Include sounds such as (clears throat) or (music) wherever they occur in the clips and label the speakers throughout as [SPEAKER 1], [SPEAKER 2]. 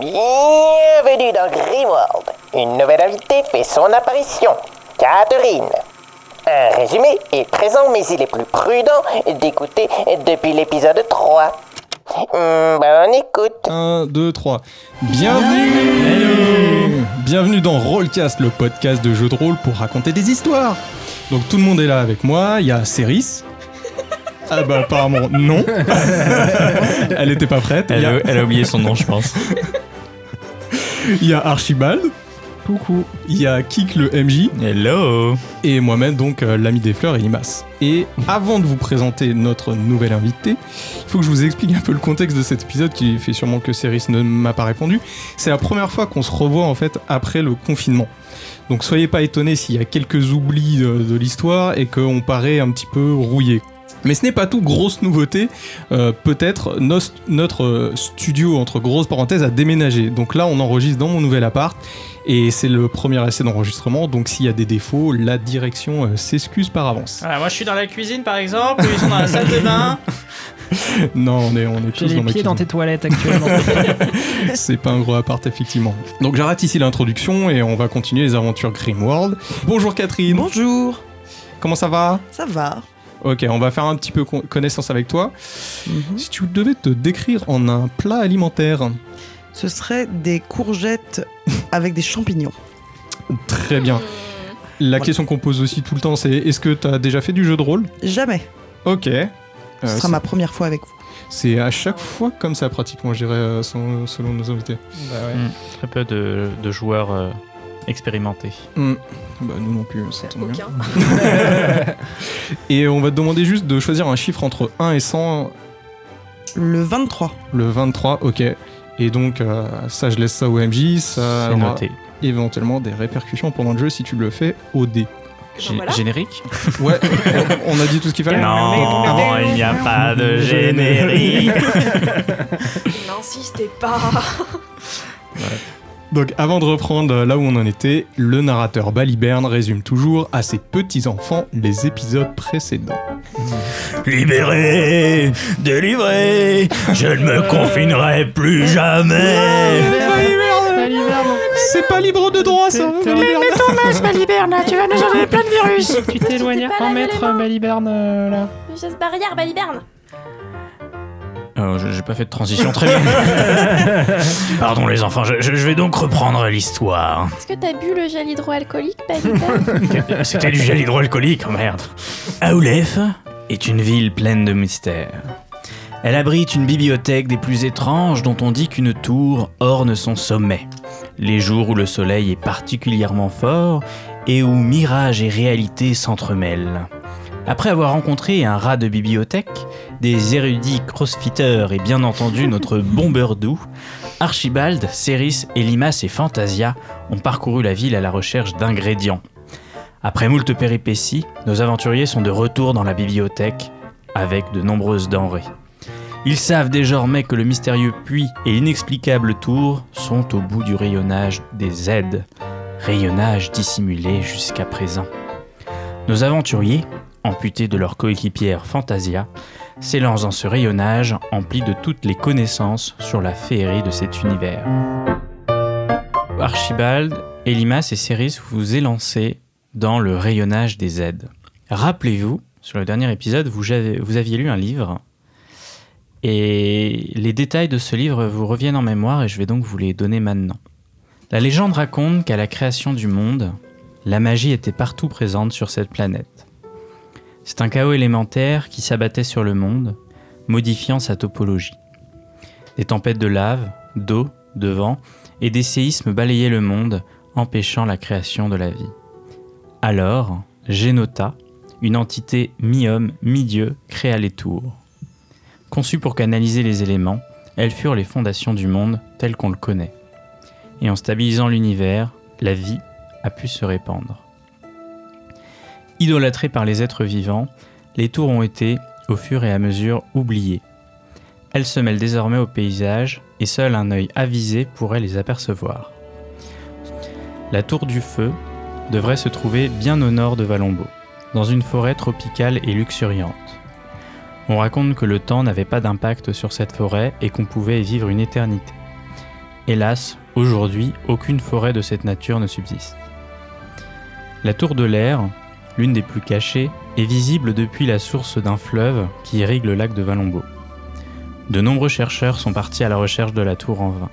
[SPEAKER 1] Bienvenue dans Grimworld. Une nouvelle invitée fait son apparition. Catherine. Un résumé est présent, mais il est plus prudent d'écouter depuis l'épisode 3. Hmm, bonne écoute.
[SPEAKER 2] 1, 2, 3. Bienvenue Bienvenue dans Rollcast, le podcast de jeux de rôle pour raconter des histoires. Donc tout le monde est là avec moi, il y a
[SPEAKER 3] (laughs)
[SPEAKER 2] Céris. Ah bah apparemment non. Elle était pas prête. Il
[SPEAKER 3] Elle,
[SPEAKER 2] y a,
[SPEAKER 3] a, elle a oublié son nom, je pense.
[SPEAKER 2] (laughs) il y a Archibald. Coucou. Il y a Kik le MJ.
[SPEAKER 3] Hello
[SPEAKER 2] Et moi-même donc euh, l'ami des fleurs et Limace. Et avant de vous présenter notre nouvelle invitée, il faut que je vous explique un peu le contexte de cet épisode qui fait sûrement que Céris ne m'a pas répondu. C'est la première fois qu'on se revoit en fait après le confinement. Donc soyez pas étonnés s'il y a quelques oublis euh, de, l'histoire et qu'on paraît un petit peu rouillé. Mais ce n'est pas tout, grosse nouveauté, euh, peut-être nos- notre euh, studio entre grosses parenthèses a déménagé. Donc là on enregistre dans mon nouvel appart et c'est le premier essai d'enregistrement, donc s'il y a des défauts, la direction euh, s'excuse par avance.
[SPEAKER 4] Ah.
[SPEAKER 5] Voilà, moi je suis dans la cuisine par exemple, ou ils sont dans la salle de
[SPEAKER 4] (laughs)
[SPEAKER 5] bain.
[SPEAKER 2] Non, on est, on est
[SPEAKER 4] J'ai
[SPEAKER 2] tous
[SPEAKER 4] les
[SPEAKER 2] dans ma
[SPEAKER 4] pieds
[SPEAKER 2] cuisine.
[SPEAKER 4] dans tes
[SPEAKER 2] (laughs)
[SPEAKER 4] toilettes actuellement.
[SPEAKER 2] C'est pas un gros appart, effectivement. Donc j'arrête ici l'introduction et on va continuer les aventures Grimworld. Bonjour Catherine,
[SPEAKER 6] Bonjour,
[SPEAKER 2] comment ça va
[SPEAKER 6] ça va
[SPEAKER 2] Ok, on va faire un petit peu con- connaissance avec toi.
[SPEAKER 6] Mmh.
[SPEAKER 2] Si tu devais te décrire en un plat alimentaire,
[SPEAKER 6] Ce serait des courgettes avec des champignons.
[SPEAKER 2] très bien. La question qu'on pose aussi tout le temps, c'est est-ce que t'as déjà fait du jeu de rôle
[SPEAKER 6] Jamais.
[SPEAKER 2] Ok. Euh,
[SPEAKER 6] Ce sera
[SPEAKER 2] c'est-
[SPEAKER 6] ma première fois avec vous.
[SPEAKER 2] c'est à chaque fois comme ça, pratiquement, je dirais, euh, selon- selon nos invités.
[SPEAKER 3] Très peu de, de joueurs euh, expérimentés.
[SPEAKER 2] Bah nous non plus, ça tombe bien.
[SPEAKER 7] hein.
[SPEAKER 2] et on va te demander juste de choisir un chiffre entre 1 et 100,
[SPEAKER 6] Le 23.
[SPEAKER 2] le 23, ok. Et donc euh, ça je laisse ça au MJ, ça
[SPEAKER 3] C'est
[SPEAKER 2] aura
[SPEAKER 3] noté.
[SPEAKER 2] éventuellement des répercussions pendant le jeu si tu le fais au dé.
[SPEAKER 7] Ben
[SPEAKER 3] Gé-
[SPEAKER 7] (laughs)
[SPEAKER 3] Générique
[SPEAKER 2] Ouais, (laughs) on a dit tout ce qu'il fallait.
[SPEAKER 3] Non, il n'y a pas de générique
[SPEAKER 8] N'insistez pas.
[SPEAKER 7] (laughs)
[SPEAKER 2] Donc avant de reprendre euh, là où on en était, le narrateur Baliberne résume toujours à ses petits-enfants les épisodes précédents.
[SPEAKER 3] Libéré Délivré Je ne me confinerai plus
[SPEAKER 2] Eh
[SPEAKER 3] jamais
[SPEAKER 2] ben, C'est pas libre de droit ça
[SPEAKER 4] Thomas, Maliberne,
[SPEAKER 8] tu vas nous enlever
[SPEAKER 4] plein de virus Tu t'éloignes
[SPEAKER 8] Tu peux pas
[SPEAKER 4] un
[SPEAKER 8] laver les
[SPEAKER 4] mètre,
[SPEAKER 8] mains.
[SPEAKER 4] Maliberne, euh, là.
[SPEAKER 8] Chasse barrière, baliberne.
[SPEAKER 3] Euh, je- J'ai pas fait de transition très bien. (laughs) Pardon les enfants, je, je- je vais donc reprendre l'histoire.
[SPEAKER 8] Est-ce que t'as bu le gel hydroalcoolique, baliberne
[SPEAKER 2] Ah,
[SPEAKER 3] C'était du gel hydroalcoolique, oh merde. Aoulef est une ville pleine de mystères. Elle abrite une bibliothèque des plus étranges dont on dit qu'une tour orne son sommet. Les jours où le soleil est particulièrement fort et où mirage et réalité s'entremêlent. Après avoir rencontré un rat de bibliothèque, des érudits crossfitters et bien entendu notre bombeur doux, Archibald, Céris, Elimas et Fantasia ont parcouru la ville à la recherche d'ingrédients. Après moult péripéties, nos aventuriers sont de retour dans la bibliothèque avec de nombreuses denrées. Ils savent désormais que le mystérieux puits et l'inexplicable tour sont au bout du rayonnage des aides, rayonnage dissimulé jusqu'à présent. Nos aventuriers, amputés de leur coéquipière Fantasia, s'élancent dans ce rayonnage empli de toutes les connaissances sur la féerie de cet univers. Archibald, Elimas et Céris vous élancez dans le rayonnage des aides. Rappelez-vous, sur le dernier épisode, vous, j'avais- vous aviez lu un livre. Et les détails de ce livre vous reviennent en mémoire et je vais donc vous les donner maintenant. La légende raconte qu'à la création du monde, la magie était partout présente sur cette planète. C'est un chaos élémentaire qui s'abattait sur le monde, modifiant sa topologie. Des tempêtes de lave, d'eau, de vent et des séismes balayaient le monde, empêchant la création de la vie. Alors, Génota, une entité mi-homme, mi-dieu, créa les tours. Conçues pour canaliser les éléments, elles furent les fondations du monde tel qu'on le connaît. Et en stabilisant l'univers, la vie a pu se répandre. Idolâtrées par les êtres vivants, les tours ont été, au fur et à mesure, oubliées. Elles se mêlent désormais au paysage et seul un œil avisé pourrait les apercevoir. La tour du feu, devrait se trouver bien au nord de Valombo, dans une forêt tropicale et luxuriante. On raconte que le temps n'avait pas d'impact sur cette forêt et qu'on pouvait y vivre une éternité. Hélas, aujourd'hui, aucune forêt de cette nature ne subsiste. La tour de l'air, l'une des plus cachées, est visible depuis la source d'un fleuve qui irrigue le lac de Valombo. De nombreux chercheurs sont partis à la recherche de la tour en vain.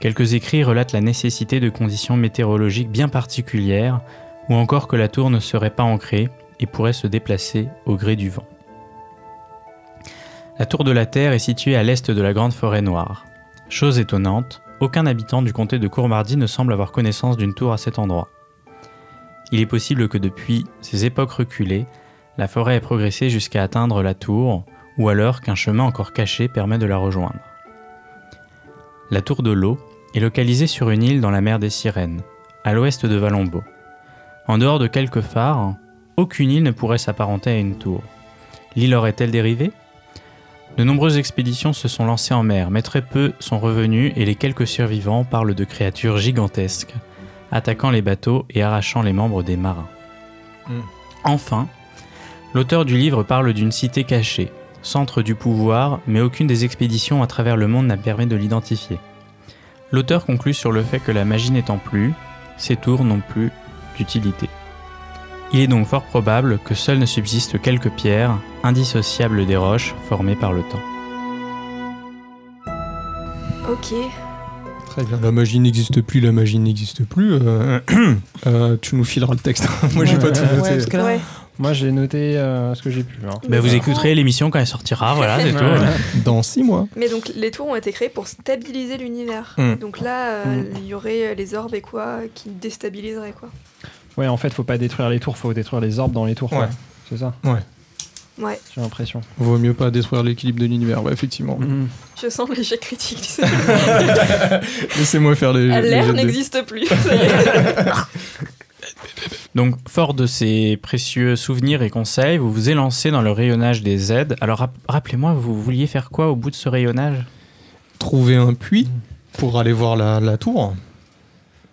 [SPEAKER 3] Quelques écrits relatent la nécessité de conditions météorologiques bien particulières, ou encore que la tour ne serait pas ancrée et pourrait se déplacer au gré du vent. La tour de la Terre est située à l'est de la Grande Forêt Noire. Chose étonnante, aucun habitant du comté de Courmardy ne semble avoir connaissance d'une tour à cet endroit. Il est possible que depuis ces époques reculées, la forêt ait progressé jusqu'à atteindre la tour, ou alors qu'un chemin encore caché permet de la rejoindre. La tour de l'eau est localisée sur une île dans la mer des Sirènes, à l'ouest de Valombo. En dehors de quelques phares, aucune île ne pourrait s'apparenter à une tour. L'île aurait-elle dérivé de nombreuses expéditions se sont lancées en mer, mais très peu sont revenus et les quelques survivants parlent de créatures gigantesques, attaquant les bateaux et arrachant les membres des marins.
[SPEAKER 2] Mm.
[SPEAKER 3] Enfin, l'auteur du livre parle d'une cité cachée, centre du pouvoir, mais aucune des expéditions à travers le monde n'a permis de l'identifier. L'auteur conclut sur le fait que la magie n'étant plus, ces tours n'ont plus d'utilité. Il est donc fort probable que seules ne subsistent quelques pierres, indissociables des roches formées par le temps.
[SPEAKER 8] Ok.
[SPEAKER 2] Très bien. La magie n'existe plus, la magie n'existe plus. euh, (clears throat) euh, tu nous fileras le texte. (laughs) Moi, j'ai pas tout
[SPEAKER 4] Ouais,
[SPEAKER 2] noté.
[SPEAKER 6] parce que là,
[SPEAKER 8] Ouais.
[SPEAKER 4] Moi, j'ai noté euh, ce que j'ai pu. hein.
[SPEAKER 3] Bah, vous écouterez l'émission quand elle sortira, voilà, (laughs) c'est tout.
[SPEAKER 4] Ouais.
[SPEAKER 2] Dans six mois.
[SPEAKER 7] Mais donc les tours ont été créées pour stabiliser l'univers.
[SPEAKER 2] Mm.
[SPEAKER 7] Donc là, euh, il y aurait euh, les orbes et quoi qui déstabiliseraient quoi.
[SPEAKER 4] Ouais, en fait, faut pas détruire les tours, faut détruire les orbes dans les tours. quoi.
[SPEAKER 2] Ouais.
[SPEAKER 4] C'est ça,
[SPEAKER 7] Ouais,
[SPEAKER 4] j'ai l'impression.
[SPEAKER 2] Vaut mieux pas détruire l'équilibre de l'univers, ouais, effectivement.
[SPEAKER 4] Mhm.
[SPEAKER 7] je sens l'échec critique.
[SPEAKER 2] (laughs)
[SPEAKER 7] tu sais.
[SPEAKER 2] Laissez-moi faire les. les jets
[SPEAKER 7] Ah, L'air
[SPEAKER 2] de dés.
[SPEAKER 7] n'existe
[SPEAKER 2] (laughs)
[SPEAKER 7] plus. ça y est.
[SPEAKER 3] Donc, fort de ces précieux souvenirs et conseils, vous vous élancez dans le rayonnage des aides. Alors, rap- rappelez-moi, vous vouliez faire quoi au bout de ce rayonnage
[SPEAKER 2] Trouver un puits pour aller voir la, la tour.
[SPEAKER 7] Euh,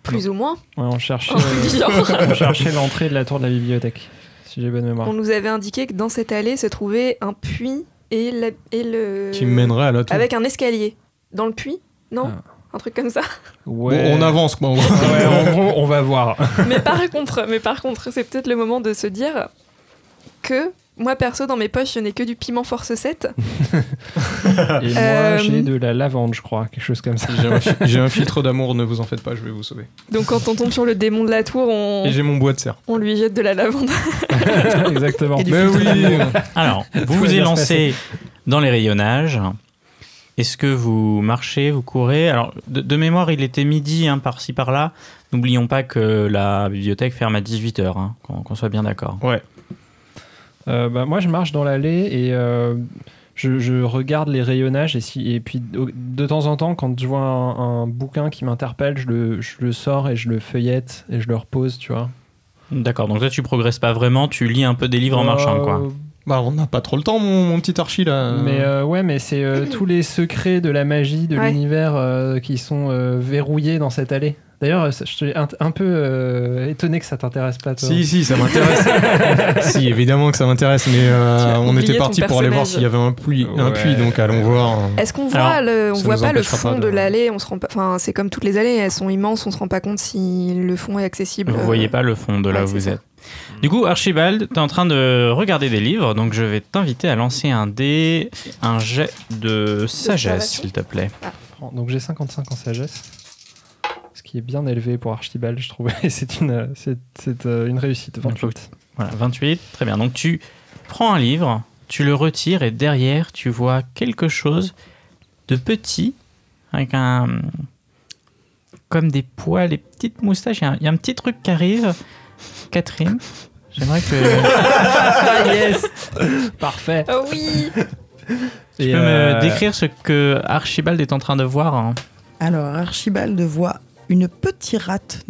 [SPEAKER 7] Plus ou moins.
[SPEAKER 4] Ouais, on cherchait,
[SPEAKER 7] Oh,
[SPEAKER 2] (laughs)
[SPEAKER 7] Genre,
[SPEAKER 4] on cherchait l'entrée de la tour de la bibliothèque, si j'ai bonne mémoire.
[SPEAKER 7] on nous avait indiqué que dans cette allée se trouvait un puits et, la- et le.
[SPEAKER 2] Qui mènerait Ah. à la tour.
[SPEAKER 7] Avec un escalier. Dans le puits Non Un truc comme ça.
[SPEAKER 2] Bon, on avance, quoi. en gros. (laughs)
[SPEAKER 4] Ah Ouais, en gros, on va voir.
[SPEAKER 7] mais par contre, mais par contre, c'est peut-être le moment de se dire que moi perso dans mes poches, je n'ai que du piment force 7.
[SPEAKER 4] Et moi,
[SPEAKER 7] Euh,
[SPEAKER 4] j'ai de la lavande, je crois, quelque
[SPEAKER 2] (laughs)
[SPEAKER 4] chose comme ça.
[SPEAKER 2] J'ai un, fi- j'ai un filtre d'amour, ne vous en faites pas, je vais vous sauver.
[SPEAKER 7] Donc quand on tombe sur le démon de la tour, on,
[SPEAKER 2] Et j'ai mon bois de serre.
[SPEAKER 7] on lui jette de la lavande.
[SPEAKER 4] Exactement.
[SPEAKER 6] Et du
[SPEAKER 2] Mais
[SPEAKER 6] filtre
[SPEAKER 2] Ah oui
[SPEAKER 3] Alors, vous
[SPEAKER 4] va
[SPEAKER 3] vous
[SPEAKER 4] bien se
[SPEAKER 3] élancez dans les rayonnages. Est-ce que vous marchez, vous courez Alors, de, de mémoire, il était midi, hein, par-ci, par-là. N'oublions pas que la bibliothèque ferme à 18h, qu'on qu'on soit bien d'accord.
[SPEAKER 4] Euh, bah, moi, je marche dans l'allée et euh, je, je regarde les rayonnages. Et, si, et puis, au- de temps en temps, quand je vois un, un bouquin qui m'interpelle, je le, je le sors et je le feuillette et je le repose, tu vois.
[SPEAKER 3] D'accord, donc toi, tu progresses pas vraiment, tu lis un peu des livres en marchant, quoi.
[SPEAKER 4] Euh,
[SPEAKER 2] Bah, on n'a pas trop le temps, mon, mon petit archi, là.
[SPEAKER 4] Mais euh, ouais, mais c'est euh, tous les secrets de la magie, de
[SPEAKER 7] Ouais.
[SPEAKER 4] l'univers euh, qui sont euh, verrouillés dans cette allée. D'ailleurs, euh, je suis un, un peu euh, étonné que ça t'intéresse pas, toi.
[SPEAKER 2] Si, si, ça m'intéresse. (laughs) si, évidemment que ça m'intéresse, mais euh,
[SPEAKER 7] Tu as
[SPEAKER 2] on
[SPEAKER 7] oublié
[SPEAKER 2] était
[SPEAKER 7] ton
[SPEAKER 2] parti pour aller voir
[SPEAKER 7] personnage.
[SPEAKER 2] s'il y avait un puits, un
[SPEAKER 4] Ouais.
[SPEAKER 2] puits donc allons voir.
[SPEAKER 7] Est-ce qu'on voit
[SPEAKER 3] Alors,
[SPEAKER 7] le, on
[SPEAKER 2] ça
[SPEAKER 7] voit
[SPEAKER 2] nous
[SPEAKER 7] pas le
[SPEAKER 2] empêchera
[SPEAKER 7] fond
[SPEAKER 2] pas de-
[SPEAKER 7] de l'allée, on se rend pas enfin c'est comme toutes les allées, elles sont immenses, on se rend pas compte si le fond est accessible.
[SPEAKER 3] Vous voyez pas le fond de là
[SPEAKER 7] ouais,
[SPEAKER 3] où
[SPEAKER 7] c'est
[SPEAKER 3] vous
[SPEAKER 7] ça.
[SPEAKER 3] êtes. Du coup, Archibald, t'es en train de regarder des livres, donc je vais t'inviter à lancer un dé, un jet de sagesse,
[SPEAKER 7] observation
[SPEAKER 3] s'il te plaît.
[SPEAKER 4] Prends. Donc j'ai 55 en sagesse, ce qui est bien élevé pour Archibald, je trouve. (laughs) Et c'est une, euh, c'est, c'est, euh, une réussite.
[SPEAKER 3] Donc,
[SPEAKER 4] 28.
[SPEAKER 3] Voilà, 28, très bien. Donc tu prends un livre, tu le retires et derrière tu vois quelque chose de petit, avec un... comme des poils, des petites moustaches, il y a un- il y, a un petit truc qui arrive. Catherine, j'aimerais
[SPEAKER 4] (laughs)
[SPEAKER 3] que
[SPEAKER 4] Parfait.
[SPEAKER 7] Oh oui
[SPEAKER 4] (laughs) Et,
[SPEAKER 3] tu peux
[SPEAKER 4] euh,
[SPEAKER 3] me décrire ce que Archibald est en train de voir. hein.
[SPEAKER 6] Alors, Archibald voit une petite rate,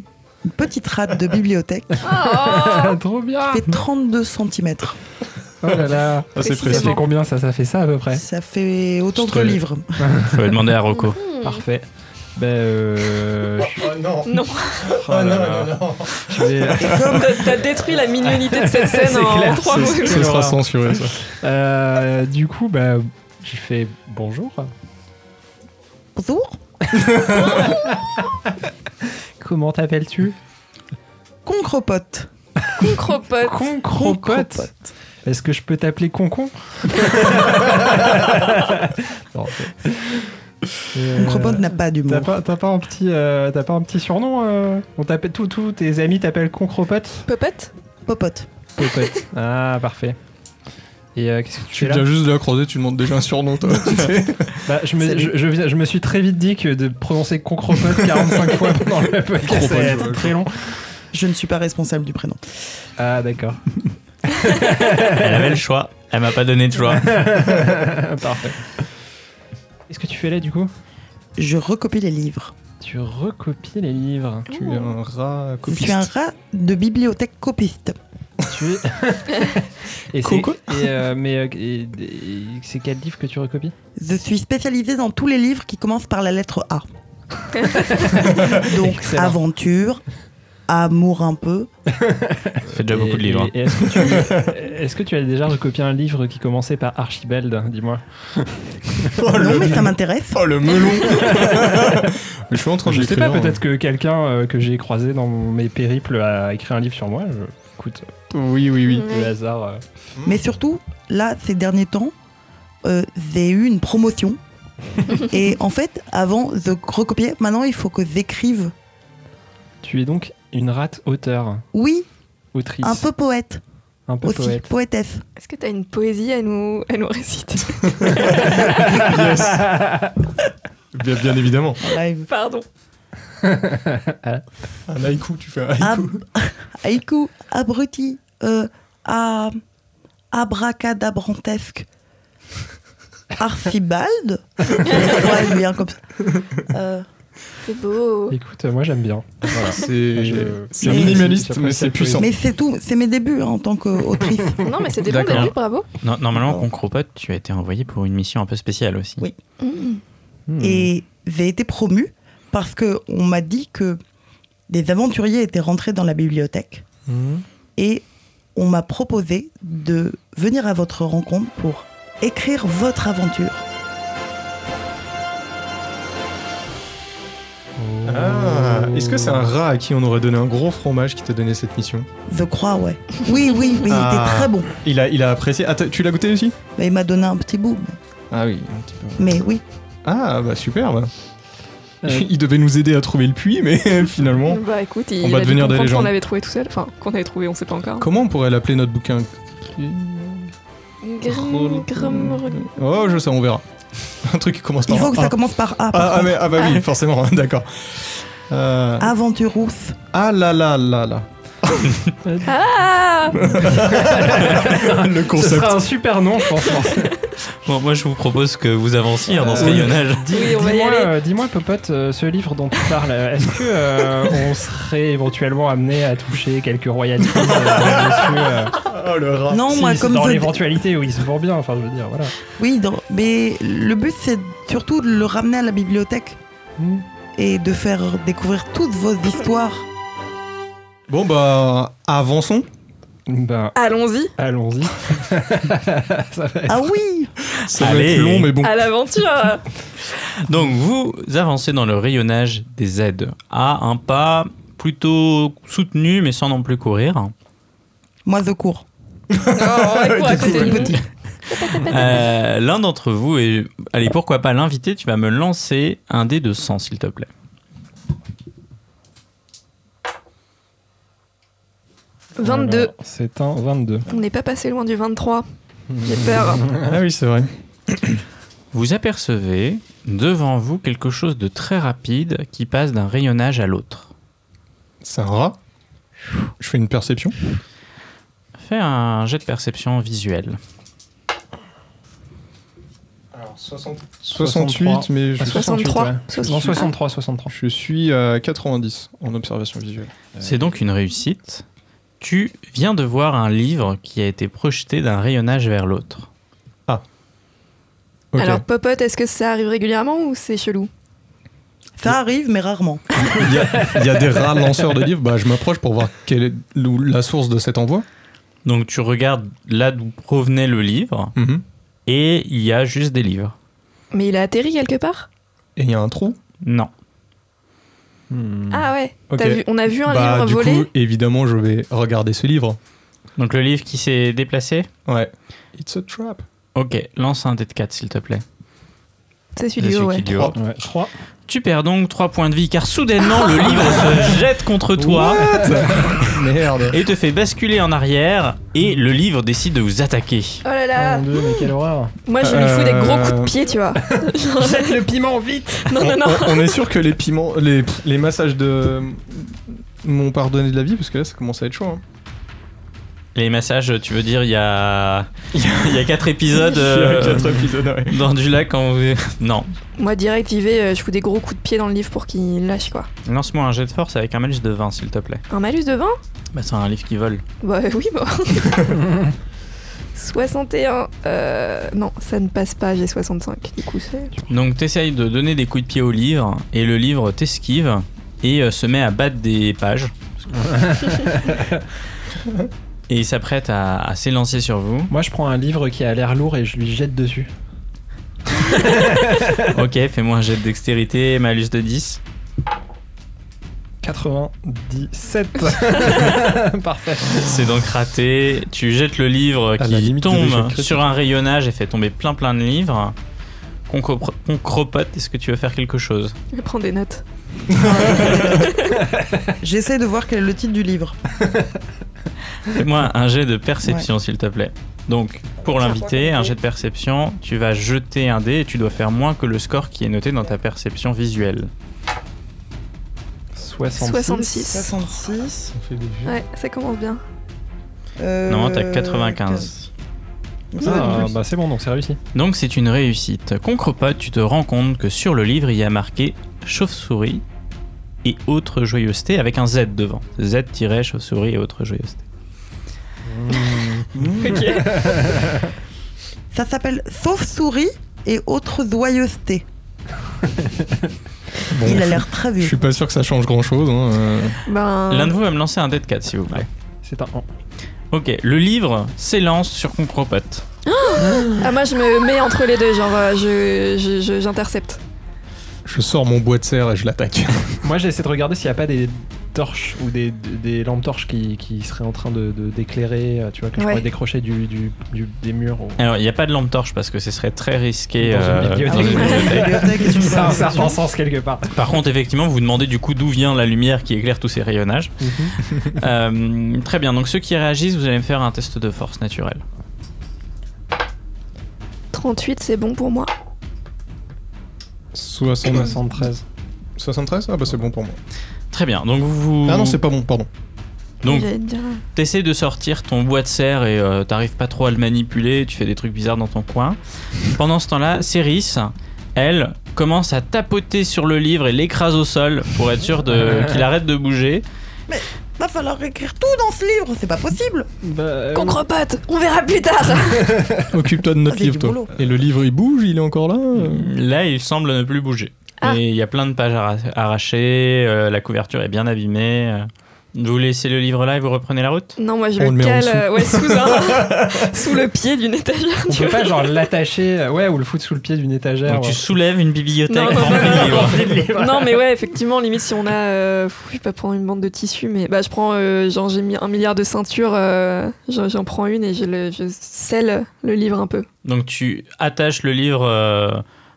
[SPEAKER 6] une petite rate de bibliothèque qui
[SPEAKER 4] (laughs)
[SPEAKER 7] Oh
[SPEAKER 4] Trop
[SPEAKER 7] (laughs)
[SPEAKER 4] bien.
[SPEAKER 6] fait 32 cm.
[SPEAKER 4] Oh là là.
[SPEAKER 2] Ah, c'est
[SPEAKER 4] Ça fait
[SPEAKER 2] précis.
[SPEAKER 4] combien ça Ça fait ça à peu près.
[SPEAKER 6] Ça fait autant
[SPEAKER 2] Je
[SPEAKER 6] que le
[SPEAKER 2] te-
[SPEAKER 6] livre.
[SPEAKER 3] Je vais demander à Rocco.
[SPEAKER 4] Parfait. Ben, euh, je-
[SPEAKER 2] Ah, non.
[SPEAKER 7] Ah,
[SPEAKER 2] Ah,
[SPEAKER 7] Non,
[SPEAKER 4] oh là là. Je
[SPEAKER 7] (laughs)
[SPEAKER 4] vais-
[SPEAKER 6] Et comme
[SPEAKER 7] t'as t'as détruit la mignonité de
[SPEAKER 4] (laughs)
[SPEAKER 7] cette
[SPEAKER 4] C'est
[SPEAKER 7] scène en
[SPEAKER 4] clair,
[SPEAKER 7] trois
[SPEAKER 4] c'est-
[SPEAKER 7] mots.
[SPEAKER 2] Ce sera censuré ça.
[SPEAKER 4] ben, Euh, du coup, bah, je fais bonjour.
[SPEAKER 6] Bonjour.
[SPEAKER 4] Comment t'appelles-tu
[SPEAKER 6] Concrepote.
[SPEAKER 7] Concropote.
[SPEAKER 4] Concropote. Est-ce que je peux t'appeler
[SPEAKER 7] (laughs)
[SPEAKER 4] Concon Non, c'est- Euh,
[SPEAKER 6] Concrepote n'a pas
[SPEAKER 4] T'as
[SPEAKER 6] d'humour.
[SPEAKER 4] pas, t'as pas un petit, euh, t'as pas un petit surnom euh On t'appelle tous, tous tes amis t'appellent Concropote.
[SPEAKER 7] Popote
[SPEAKER 6] Popote.
[SPEAKER 4] Popote. Ah parfait. Et euh, qu'est-ce que tu,
[SPEAKER 2] Tu
[SPEAKER 4] fais là
[SPEAKER 2] viens juste de la croiser, tu demandes déjà un surnom, (laughs) toi.
[SPEAKER 4] Bah, je, me,
[SPEAKER 6] Salut.
[SPEAKER 4] je, je viens- je me suis très vite dit que de prononcer (laughs) concropote 45 fois pendant le podcast, ça allait être très long.
[SPEAKER 6] Je ne suis pas responsable du prénom.
[SPEAKER 4] Ah, (laughs) d'accord.
[SPEAKER 3] Elle avait le choix. Elle m'a pas donné de (laughs) choix.
[SPEAKER 4] Parfait. Qu'est-ce que tu fais là du coup
[SPEAKER 6] Je recopie les livres.
[SPEAKER 4] Tu recopies les livres.
[SPEAKER 2] tu es un rat
[SPEAKER 6] Je suis un
[SPEAKER 2] copiste.
[SPEAKER 6] rat de bibliothèque copiste.
[SPEAKER 4] Tu es. (laughs) et c'est-
[SPEAKER 2] Coco.
[SPEAKER 4] et, euh, mais euh, et- et c'est quel livre que tu recopies
[SPEAKER 6] Je suis spécialisée dans tous les livres qui commencent par la lettre
[SPEAKER 4] (laughs)
[SPEAKER 6] A. Donc
[SPEAKER 4] Excellent.
[SPEAKER 6] aventure, amour un
[SPEAKER 4] (laughs)
[SPEAKER 6] peu.
[SPEAKER 3] Ça fait déjà
[SPEAKER 4] Et-
[SPEAKER 3] beaucoup de livres. hein.
[SPEAKER 4] et- et Est-ce que, tu, est-ce que tu as déjà recopié un livre qui commençait par Archibald Dis-moi. Oh
[SPEAKER 6] non mais ça m'intéresse.
[SPEAKER 2] Oh le melon (laughs) Mais Je suis en train de
[SPEAKER 4] Je sais
[SPEAKER 2] l'écrire.
[SPEAKER 4] pas, peut-être que quelqu'un euh, que j'ai croisé dans mon- mes périples a écrit un livre sur moi. Je- Écoute,
[SPEAKER 2] Oui, oui, oui.
[SPEAKER 4] le hasard. euh,
[SPEAKER 6] Mais surtout, là, ces derniers temps, euh, j'ai eu une promotion.
[SPEAKER 4] (laughs)
[SPEAKER 6] et en fait, avant de recopier, maintenant il faut que j'écrive.
[SPEAKER 4] Tu es donc une rate auteur,
[SPEAKER 6] Oui,
[SPEAKER 4] autrice,
[SPEAKER 6] un peu poète
[SPEAKER 4] un peu
[SPEAKER 6] aussi,
[SPEAKER 4] poète.
[SPEAKER 6] poétesse.
[SPEAKER 7] Est-ce que t'as une poésie à nous, à nous réciter
[SPEAKER 2] hein. (laughs) Bien, bien évidemment.
[SPEAKER 7] Pardon.
[SPEAKER 2] Un haïku, tu fais un
[SPEAKER 6] Ab-
[SPEAKER 2] haïku.
[SPEAKER 6] (laughs) Haïku, abruti, euh, a- abracadabrantesque.
[SPEAKER 2] (laughs)
[SPEAKER 6] Archibald Ouais, bien comme ça. Euh,
[SPEAKER 8] C'est beau.
[SPEAKER 4] Écoute, euh, moi j'aime bien.
[SPEAKER 2] C'est
[SPEAKER 4] Je-
[SPEAKER 2] c'est
[SPEAKER 6] Mais-
[SPEAKER 2] minimaliste,
[SPEAKER 4] j'apprécie
[SPEAKER 2] mais c'est
[SPEAKER 4] la
[SPEAKER 2] puissant.
[SPEAKER 6] mais c'est tout, c'est mes débuts hein, en
[SPEAKER 2] (laughs)
[SPEAKER 6] tant qu'autrice.
[SPEAKER 7] Non, mais c'était bon
[SPEAKER 2] D'accord.
[SPEAKER 7] début, bravo.
[SPEAKER 3] Non, normalement, Concropote, tu as été envoyé pour une mission un peu spéciale aussi.
[SPEAKER 6] Oui.
[SPEAKER 8] Mmh.
[SPEAKER 4] Hmm.
[SPEAKER 6] Et j'ai été promue parce qu'on m'a dit que des aventuriers étaient rentrés dans la bibliothèque
[SPEAKER 4] Hmm.
[SPEAKER 6] et on m'a proposé de venir à votre rencontre pour écrire votre aventure.
[SPEAKER 2] Ah, Est-ce que c'est un rat à qui on aurait donné un gros fromage qui t'a donné cette mission
[SPEAKER 6] Je crois, ouais. Oui, oui, mais il
[SPEAKER 2] Ah.
[SPEAKER 6] était très bon.
[SPEAKER 2] il a, il a apprécié. Ah, t'as- tu l'as goûté aussi
[SPEAKER 6] Mais il m'a donné un petit bout. mais-
[SPEAKER 2] Ah oui, un petit peu.
[SPEAKER 6] Mais oui,
[SPEAKER 2] Ah bah super. bah.
[SPEAKER 4] Euh,
[SPEAKER 2] Il devait nous aider à trouver le puits, mais (laughs) finalement.
[SPEAKER 7] Bah écoute, il
[SPEAKER 2] On va
[SPEAKER 7] a dû
[SPEAKER 2] devenir des
[SPEAKER 7] comprendre
[SPEAKER 2] légendes.
[SPEAKER 7] qu'on avait trouvé tout seul. Enfin, qu'on avait trouvé, on sait pas encore.
[SPEAKER 2] Comment on pourrait l'appeler notre bouquin
[SPEAKER 7] Grum, grum, grum.
[SPEAKER 2] Oh, je sais, on verra. (laughs) Un truc qui commence par.
[SPEAKER 6] il faut que
[SPEAKER 2] ah.
[SPEAKER 6] ça commence par A. par
[SPEAKER 2] Ah, ah,
[SPEAKER 6] contre.
[SPEAKER 2] mais- ah bah oui, forcément, d'accord. Euh, ah.
[SPEAKER 6] Aventure rousse.
[SPEAKER 2] là là là là.
[SPEAKER 7] Ah
[SPEAKER 2] (laughs) Le
[SPEAKER 4] Ce
[SPEAKER 2] concept.
[SPEAKER 4] sera un super nom, je pense. en fait.
[SPEAKER 3] Bon, moi, je vous propose que vous avanciez hein, dans ce
[SPEAKER 4] Euh,
[SPEAKER 3] rayonnage.
[SPEAKER 7] Oui, on va y
[SPEAKER 4] Dis-moi,
[SPEAKER 7] aller.
[SPEAKER 4] euh, dis-moi, Popote, euh, ce livre dont tu parles, euh, est-ce que euh, on serait éventuellement amené à toucher quelques royalties euh, dessus, euh,
[SPEAKER 2] Oh le rat.
[SPEAKER 6] (laughs) non,
[SPEAKER 4] si
[SPEAKER 6] moi,
[SPEAKER 4] c'est
[SPEAKER 6] comme
[SPEAKER 4] dans
[SPEAKER 6] je-
[SPEAKER 4] l'éventualité où il se vend bien, enfin, je veux dire, voilà.
[SPEAKER 6] Oui, dans- mais le but, c'est surtout de le ramener à la bibliothèque
[SPEAKER 4] Hmm.
[SPEAKER 6] et de faire découvrir toutes vos
[SPEAKER 2] (laughs)
[SPEAKER 6] histoires.
[SPEAKER 2] Bon bah avançons.
[SPEAKER 4] Ben,
[SPEAKER 7] Allons-y,
[SPEAKER 4] allons-y. Ça va être-
[SPEAKER 6] Ah oui
[SPEAKER 2] Ça va
[SPEAKER 3] Allez.
[SPEAKER 2] être long mais bon.
[SPEAKER 7] à l'aventure
[SPEAKER 3] Donc vous avancez dans le rayonnage des aides à un pas plutôt soutenu mais sans non plus courir.
[SPEAKER 6] Moi, je cours.
[SPEAKER 7] Oh, on va courir à côté de nous.
[SPEAKER 3] Euh, L'un d'entre vous est... Allez, pourquoi pas l'inviter Tu vas me lancer un dé de 100 s'il te plaît.
[SPEAKER 4] Alors,
[SPEAKER 7] 22.
[SPEAKER 4] C'est un 22.
[SPEAKER 7] On n'est pas passé loin du 23. J'ai peur.
[SPEAKER 2] Ah oui c'est vrai.
[SPEAKER 3] Vous apercevez devant vous quelque chose de très rapide qui passe d'un rayonnage à l'autre.
[SPEAKER 2] C'est un rat. Je fais une perception.
[SPEAKER 3] Fais un jet de perception visuelle.
[SPEAKER 4] 63.
[SPEAKER 2] 68 mais je,
[SPEAKER 4] Ah,
[SPEAKER 7] 63.
[SPEAKER 4] ouais. Non, 63, 63.
[SPEAKER 2] je suis à 90 en observation visuelle.
[SPEAKER 3] C'est donc une réussite. Tu viens de voir un livre qui a été projeté d'un rayonnage vers l'autre.
[SPEAKER 2] Ok.
[SPEAKER 7] Alors, Popote, est-ce que ça arrive régulièrement ou c'est chelou
[SPEAKER 6] Ça arrive,
[SPEAKER 2] (laughs)
[SPEAKER 6] mais rarement.
[SPEAKER 2] Il y, a, il y a des rats lanceurs de livres. Bah je m'approche pour voir quelle est l'ou- la source de cet envoi.
[SPEAKER 3] Donc tu regardes là d'où provenait le livre
[SPEAKER 2] Mhm.
[SPEAKER 3] et il y a juste des livres.
[SPEAKER 7] Mais il a atterri quelque part
[SPEAKER 2] Et il y a un trou.
[SPEAKER 3] Non.
[SPEAKER 4] Hmm.
[SPEAKER 7] Ah ouais,
[SPEAKER 2] Ok.
[SPEAKER 7] t'as vu, on a vu un
[SPEAKER 2] bah,
[SPEAKER 7] livre
[SPEAKER 2] du
[SPEAKER 7] volé.
[SPEAKER 2] coup, évidemment, je vais regarder ce livre.
[SPEAKER 3] Donc le livre qui s'est déplacé
[SPEAKER 2] Ouais. It's a trap.
[SPEAKER 3] Ok, lance un dé de 4 s'il te plaît.
[SPEAKER 7] C'est
[SPEAKER 3] C'est
[SPEAKER 7] celui du haut,
[SPEAKER 3] celui
[SPEAKER 7] ouais.
[SPEAKER 3] qui dure.
[SPEAKER 2] Oh,
[SPEAKER 4] Ouais, 3.
[SPEAKER 3] Tu perds donc 3 points de vie car soudainement le livre (laughs) se jette contre toi
[SPEAKER 2] Merde.
[SPEAKER 3] et te fait basculer en arrière et le livre décide de vous attaquer.
[SPEAKER 7] Oh là là,
[SPEAKER 6] Ah.
[SPEAKER 4] Mon dieu, mais
[SPEAKER 6] (laughs)
[SPEAKER 4] quelle horreur.
[SPEAKER 7] moi je lui fous des gros coups
[SPEAKER 2] Euh,
[SPEAKER 7] de pied, tu vois.
[SPEAKER 4] Jette le piment vite
[SPEAKER 7] Non,
[SPEAKER 2] On,
[SPEAKER 7] (laughs) non,
[SPEAKER 2] (laughs)
[SPEAKER 7] non.
[SPEAKER 2] on- on est sûr que les piments, les, les massages de m'ont pardonné de la vie parce que là ça commence à être chaud. hein.
[SPEAKER 3] Les massages, tu veux dire, il y a... il y a- (laughs) il y a 4 épisodes euh,
[SPEAKER 2] Quatre épisodes, ouais.
[SPEAKER 3] dans du lac quand vous... Non.
[SPEAKER 7] Moi direct, j'y vais, euh, je fous des gros coups de pied dans le livre pour qu'il lâche quoi.
[SPEAKER 3] Lance-moi un jet de force avec un malus de 20 s'il te plaît.
[SPEAKER 7] Un malus de 20
[SPEAKER 3] Bah c'est un livre qui vole.
[SPEAKER 7] Bah (laughs) oui, bon. 61. Euh, non, ça ne passe pas, j'ai 65. Du coup, c'est.
[SPEAKER 3] Donc t'essayes de donner des coups de pied au livre et le livre t'esquive et euh, se met à battre des pages.
[SPEAKER 2] (laughs)
[SPEAKER 3] et il s'apprête à, à s'élancer sur vous.
[SPEAKER 4] Moi, je prends un livre qui a l'air lourd et je lui jette dessus.
[SPEAKER 3] Ok, fais-moi un jet de dextérité, malus de 10.
[SPEAKER 4] 97
[SPEAKER 6] (laughs)
[SPEAKER 4] Parfait.
[SPEAKER 3] C'est donc raté. Tu jettes le livre
[SPEAKER 2] À la
[SPEAKER 3] qui
[SPEAKER 2] limite de l'échec
[SPEAKER 3] tombe
[SPEAKER 2] critique.
[SPEAKER 3] sur un rayonnage et fait tomber plein plein de livres. Concopre- Concropote, est-ce que tu veux faire quelque chose
[SPEAKER 7] Je prends des notes.
[SPEAKER 6] J'essaie de voir quel est le titre du livre.
[SPEAKER 3] Fais-moi un jet de perception, s'il te plaît. Donc, pour l'invité, un jet de perception, tu vas jeter un dé et tu dois faire moins que le score qui est noté dans ta perception visuelle.
[SPEAKER 4] 66.
[SPEAKER 7] 66.
[SPEAKER 6] 66.
[SPEAKER 2] On fait des vues.
[SPEAKER 7] Ouais, ça commence bien.
[SPEAKER 6] euh,
[SPEAKER 3] Normalement, t'as 95.
[SPEAKER 6] Donc ça va
[SPEAKER 4] Ah,
[SPEAKER 6] être plus.
[SPEAKER 4] bah c'est bon, donc c'est réussi.
[SPEAKER 3] Donc, c'est une réussite. Concrepote, tu te rends compte que sur le livre, il y a marqué chauve-souris et autres joyeusetés avec un Z devant. Z-chauve-souris et autres joyeusetés.
[SPEAKER 6] Ça s'appelle Sauf souris et autres joyeusetés.
[SPEAKER 2] Bon,
[SPEAKER 6] Il a
[SPEAKER 2] je-
[SPEAKER 6] l'air très
[SPEAKER 2] Je
[SPEAKER 6] vieux.
[SPEAKER 2] suis pas sûr que ça change hein. Euh, grand chose.
[SPEAKER 7] Ben.
[SPEAKER 3] L'un de vous va me lancer un dé de 4, s'il vous plaît.
[SPEAKER 4] C'est un.
[SPEAKER 3] Ok, le livre s'élance sur Concrepote.
[SPEAKER 7] Ah, moi, je me mets entre les deux, genre, euh, je- je- je- j'intercepte.
[SPEAKER 2] Je sors mon bois de serre et je l'attaque.
[SPEAKER 4] Moi, j'essaie de regarder s'il n'y a pas des torches ou des, des lampes torches qui, qui seraient en train de de- d'éclairer, euh, tu vois, que je
[SPEAKER 7] Ouais.
[SPEAKER 4] pourrais décrocher du, du- du- des murs. ou-
[SPEAKER 3] Alors, il n'y a pas de lampe torche parce que ce serait très risqué euh,
[SPEAKER 4] Dans une bibliothèque.
[SPEAKER 3] dans une
[SPEAKER 6] Ah oui,
[SPEAKER 3] bibliothèque.
[SPEAKER 4] (laughs)
[SPEAKER 6] bibliothèque, et tu peux
[SPEAKER 4] Ça a un
[SPEAKER 6] avoir des
[SPEAKER 4] certain
[SPEAKER 6] gens.
[SPEAKER 4] sens quelque part.
[SPEAKER 3] Par contre, effectivement, vous vous demandez du coup d'où vient la lumière qui éclaire tous ces rayonnages.
[SPEAKER 2] Mhm.
[SPEAKER 3] (laughs) Euh, très bien, donc ceux qui réagissent, vous allez me faire un test de force naturelle.
[SPEAKER 7] 38, c'est bon pour moi.
[SPEAKER 2] 60...
[SPEAKER 4] 73.
[SPEAKER 2] 73 Ah bah c'est bon pour moi.
[SPEAKER 3] Très bien, donc vous.
[SPEAKER 2] Ah non, c'est pas bon, pardon.
[SPEAKER 3] Donc,
[SPEAKER 7] J'allais te dire, euh,
[SPEAKER 3] t'essaies de sortir ton bois de serre et euh, t'arrives pas trop à le manipuler, tu fais des trucs bizarres dans ton coin. Pendant ce temps-là, Céris, elle, commence à tapoter sur le livre et l'écrase au sol pour être sûre de-
[SPEAKER 2] (laughs)
[SPEAKER 3] qu'il arrête de bouger.
[SPEAKER 6] Va falloir écrire tout dans ce livre, c'est pas possible.
[SPEAKER 4] Bah, Euh,
[SPEAKER 7] Concrepote, on verra plus tard.
[SPEAKER 2] Occupe-toi de
[SPEAKER 6] Ah,
[SPEAKER 2] notre
[SPEAKER 6] c'est
[SPEAKER 2] livre,
[SPEAKER 6] du
[SPEAKER 2] toi.
[SPEAKER 6] boulot.
[SPEAKER 2] Et le livre, il bouge, il est encore là euh
[SPEAKER 3] Là, il semble ne plus bouger.
[SPEAKER 7] Hmm. Ah.
[SPEAKER 3] Et il y a plein de pages arra- arrachées, euh, la couverture est bien abîmée. euh. Vous laissez le livre là et vous reprenez la route
[SPEAKER 7] Non, moi, je
[SPEAKER 2] On le
[SPEAKER 7] le
[SPEAKER 2] met en
[SPEAKER 7] cale
[SPEAKER 2] dessous.
[SPEAKER 7] euh, ouais, sous, un- sous le pied d'une étagère.
[SPEAKER 4] On
[SPEAKER 7] tu
[SPEAKER 4] peut
[SPEAKER 7] vois.
[SPEAKER 4] pas genre l'attacher, euh, ouais, ou le foutre sous le pied d'une étagère.
[SPEAKER 3] Donc tu
[SPEAKER 4] ouais.
[SPEAKER 3] soulèves une bibliothèque
[SPEAKER 7] Non, non,
[SPEAKER 3] remplie
[SPEAKER 7] non,
[SPEAKER 3] de
[SPEAKER 7] non,
[SPEAKER 3] livres.
[SPEAKER 7] Non mais ouais effectivement limite si on a euh, pff, je vais pas prendre une bande de tissu mais bah je prends euh, genre j'ai mis un milliard de ceintures euh, j'en j'en prends une et je, le, je scelle le livre un peu
[SPEAKER 3] Donc tu attaches le livre, euh,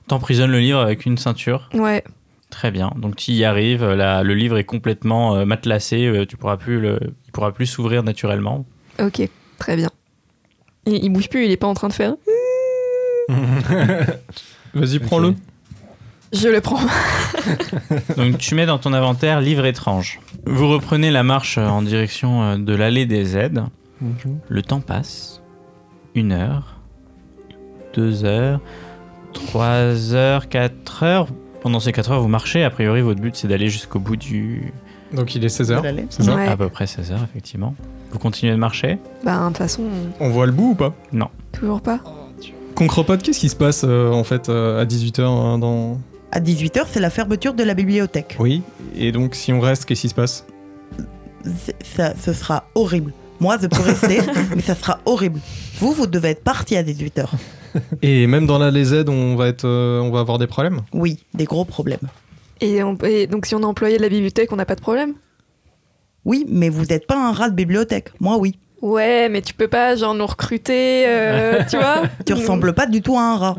[SPEAKER 3] t'emprisonnes le livre avec une ceinture.
[SPEAKER 7] ouais
[SPEAKER 3] Très bien. Donc tu y arrives, euh, la- le livre est complètement euh, matelassé, euh, tu pourras plus le, il pourra plus s'ouvrir naturellement.
[SPEAKER 7] ok très bien il, il bouge plus il est pas en train de faire
[SPEAKER 2] Vas-y, prends-le.
[SPEAKER 7] je le prends
[SPEAKER 3] Donc tu mets dans ton inventaire livre étrange. Vous reprenez la marche euh, en direction euh, de l'allée des aides. Le temps passe. Une heure, deux heures, trois heures, quatre heures. Pendant ces quatre heures, vous marchez. A priori, votre but, c'est d'aller jusqu'au bout du...
[SPEAKER 2] Donc il est 16h.
[SPEAKER 6] D'aller.
[SPEAKER 2] C'est ça
[SPEAKER 7] Ouais.
[SPEAKER 3] À peu près 16 heures, effectivement. Vous continuez de marcher.
[SPEAKER 7] bah de toute façon
[SPEAKER 2] On voit le bout ou pas
[SPEAKER 7] toujours pas
[SPEAKER 2] Concrepote, qu'est-ce qui se passe euh, en fait euh, à 18h dans.
[SPEAKER 6] À 18h, c'est la fermeture de la bibliothèque.
[SPEAKER 2] Oui. Et donc si on reste, qu'est-ce qui se (laughs) passe
[SPEAKER 6] C'est- ça- ce sera horrible. Moi, je peux rester, mais ça sera horrible. Vous, vous devez être parti à 18h.
[SPEAKER 2] Et même dans la les aides, on va être, euh, on va avoir des problèmes.
[SPEAKER 6] Oui, des gros problèmes.
[SPEAKER 7] Et, on- et donc, si on est employé de la bibliothèque, on n'a pas de problème
[SPEAKER 6] Oui, mais vous n'êtes pas un rat de bibliothèque. Moi, oui.
[SPEAKER 7] Ouais, mais tu peux pas, genre, nous recruter, euh, tu vois
[SPEAKER 6] Tu ressembles pas du tout à un rat.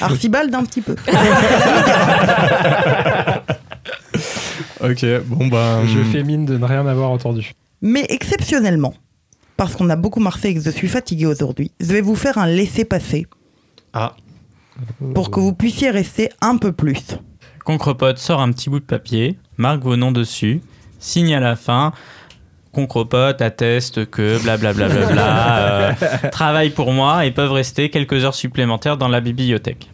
[SPEAKER 6] Archibald, un petit peu.
[SPEAKER 2] Ok, bon bah.
[SPEAKER 4] Je
[SPEAKER 2] hum,
[SPEAKER 4] fais mine de ne rien avoir entendu.
[SPEAKER 6] Mais exceptionnellement, parce qu'on a beaucoup marché et que je suis fatiguée aujourd'hui, je vais vous faire un laisser-passer
[SPEAKER 2] Ah,
[SPEAKER 6] pour que vous puissiez rester un peu plus.
[SPEAKER 3] Concrepod sort un petit bout de papier, marque vos noms dessus, signe à la fin. Concrepod atteste que blablabla euh, travaille pour moi et peuvent rester quelques heures supplémentaires dans la bibliothèque.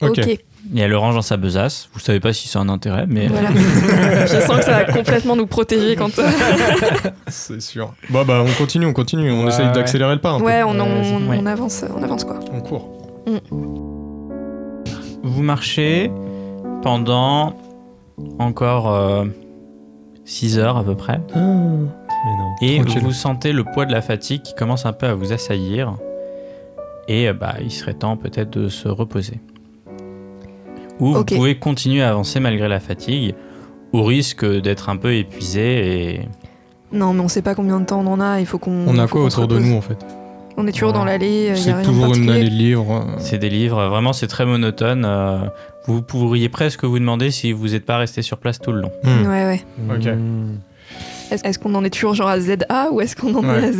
[SPEAKER 2] ok.
[SPEAKER 7] ok,
[SPEAKER 3] Et elle le range dans sa besace. Vous savez pas si c'est un intérêt, mais
[SPEAKER 7] voilà. Je sens que ça va complètement nous protéger quand.
[SPEAKER 2] C'est sûr. Bah bah on continue, on continue, on
[SPEAKER 4] Ouais,
[SPEAKER 2] essaye d'accélérer le pas un
[SPEAKER 7] ouais, on,
[SPEAKER 4] Ouais,
[SPEAKER 7] on-
[SPEAKER 4] vas-y.
[SPEAKER 3] Ouais.
[SPEAKER 7] on avance, on avance quoi.
[SPEAKER 2] peu. On court.
[SPEAKER 3] vous marchez pendant encore 6 heures à peu près.
[SPEAKER 4] Mais non.
[SPEAKER 3] Et
[SPEAKER 4] Tranquille.
[SPEAKER 3] vous sentez le poids de la fatigue qui commence un peu à vous assaillir. Et euh, bah, il serait temps peut-être de se reposer. Ou
[SPEAKER 7] Ok.
[SPEAKER 3] vous pouvez continuer à avancer malgré la fatigue, au risque d'être un peu épuisé. Et...
[SPEAKER 7] Non, mais on sait pas combien de temps on en a, il faut qu'on.
[SPEAKER 2] On a
[SPEAKER 7] faut
[SPEAKER 2] quoi
[SPEAKER 7] qu'on
[SPEAKER 2] autour
[SPEAKER 7] se
[SPEAKER 2] de
[SPEAKER 7] repose.
[SPEAKER 2] nous en fait
[SPEAKER 7] On est toujours dans l'allée, il Euh, y a
[SPEAKER 2] C'est
[SPEAKER 7] rien
[SPEAKER 2] toujours
[SPEAKER 7] de
[SPEAKER 2] une
[SPEAKER 7] particulier.
[SPEAKER 2] allée libre. euh,
[SPEAKER 3] C'est des livres, euh, vraiment c'est très monotone. euh, vous pourriez presque vous demander si vous n'êtes pas resté sur place tout le long.
[SPEAKER 2] hmm.
[SPEAKER 7] Ouais, ouais.
[SPEAKER 2] Ok.
[SPEAKER 4] Hmm.
[SPEAKER 7] Est-ce est-ce qu'on en est toujours genre à ZA ou est-ce qu'on en
[SPEAKER 2] Ouais.
[SPEAKER 7] est à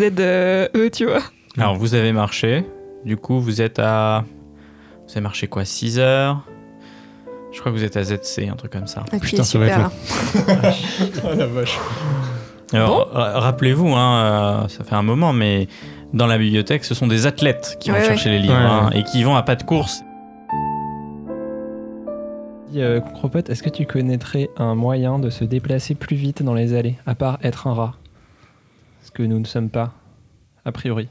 [SPEAKER 7] ZE, tu vois
[SPEAKER 3] Alors vous avez marché, du coup vous êtes à... Vous avez marché quoi 6 heures Je crois que vous êtes à ZC, un truc comme ça.
[SPEAKER 7] Ok,
[SPEAKER 2] Putain, ça va être
[SPEAKER 7] super.
[SPEAKER 2] Oh la vache.
[SPEAKER 3] Alors, ra- rappelez-vous, hein, euh, ça fait un moment, mais dans la bibliothèque, ce sont des athlètes qui vont
[SPEAKER 7] Ouais,
[SPEAKER 3] chercher les livres
[SPEAKER 2] Ouais,
[SPEAKER 3] hein, et qui vont à pas de course.
[SPEAKER 4] Dis, euh, Cropote, est-ce que tu connaîtrais un moyen de se déplacer plus vite dans les allées, à part être un rat Ce que nous ne sommes pas, a priori.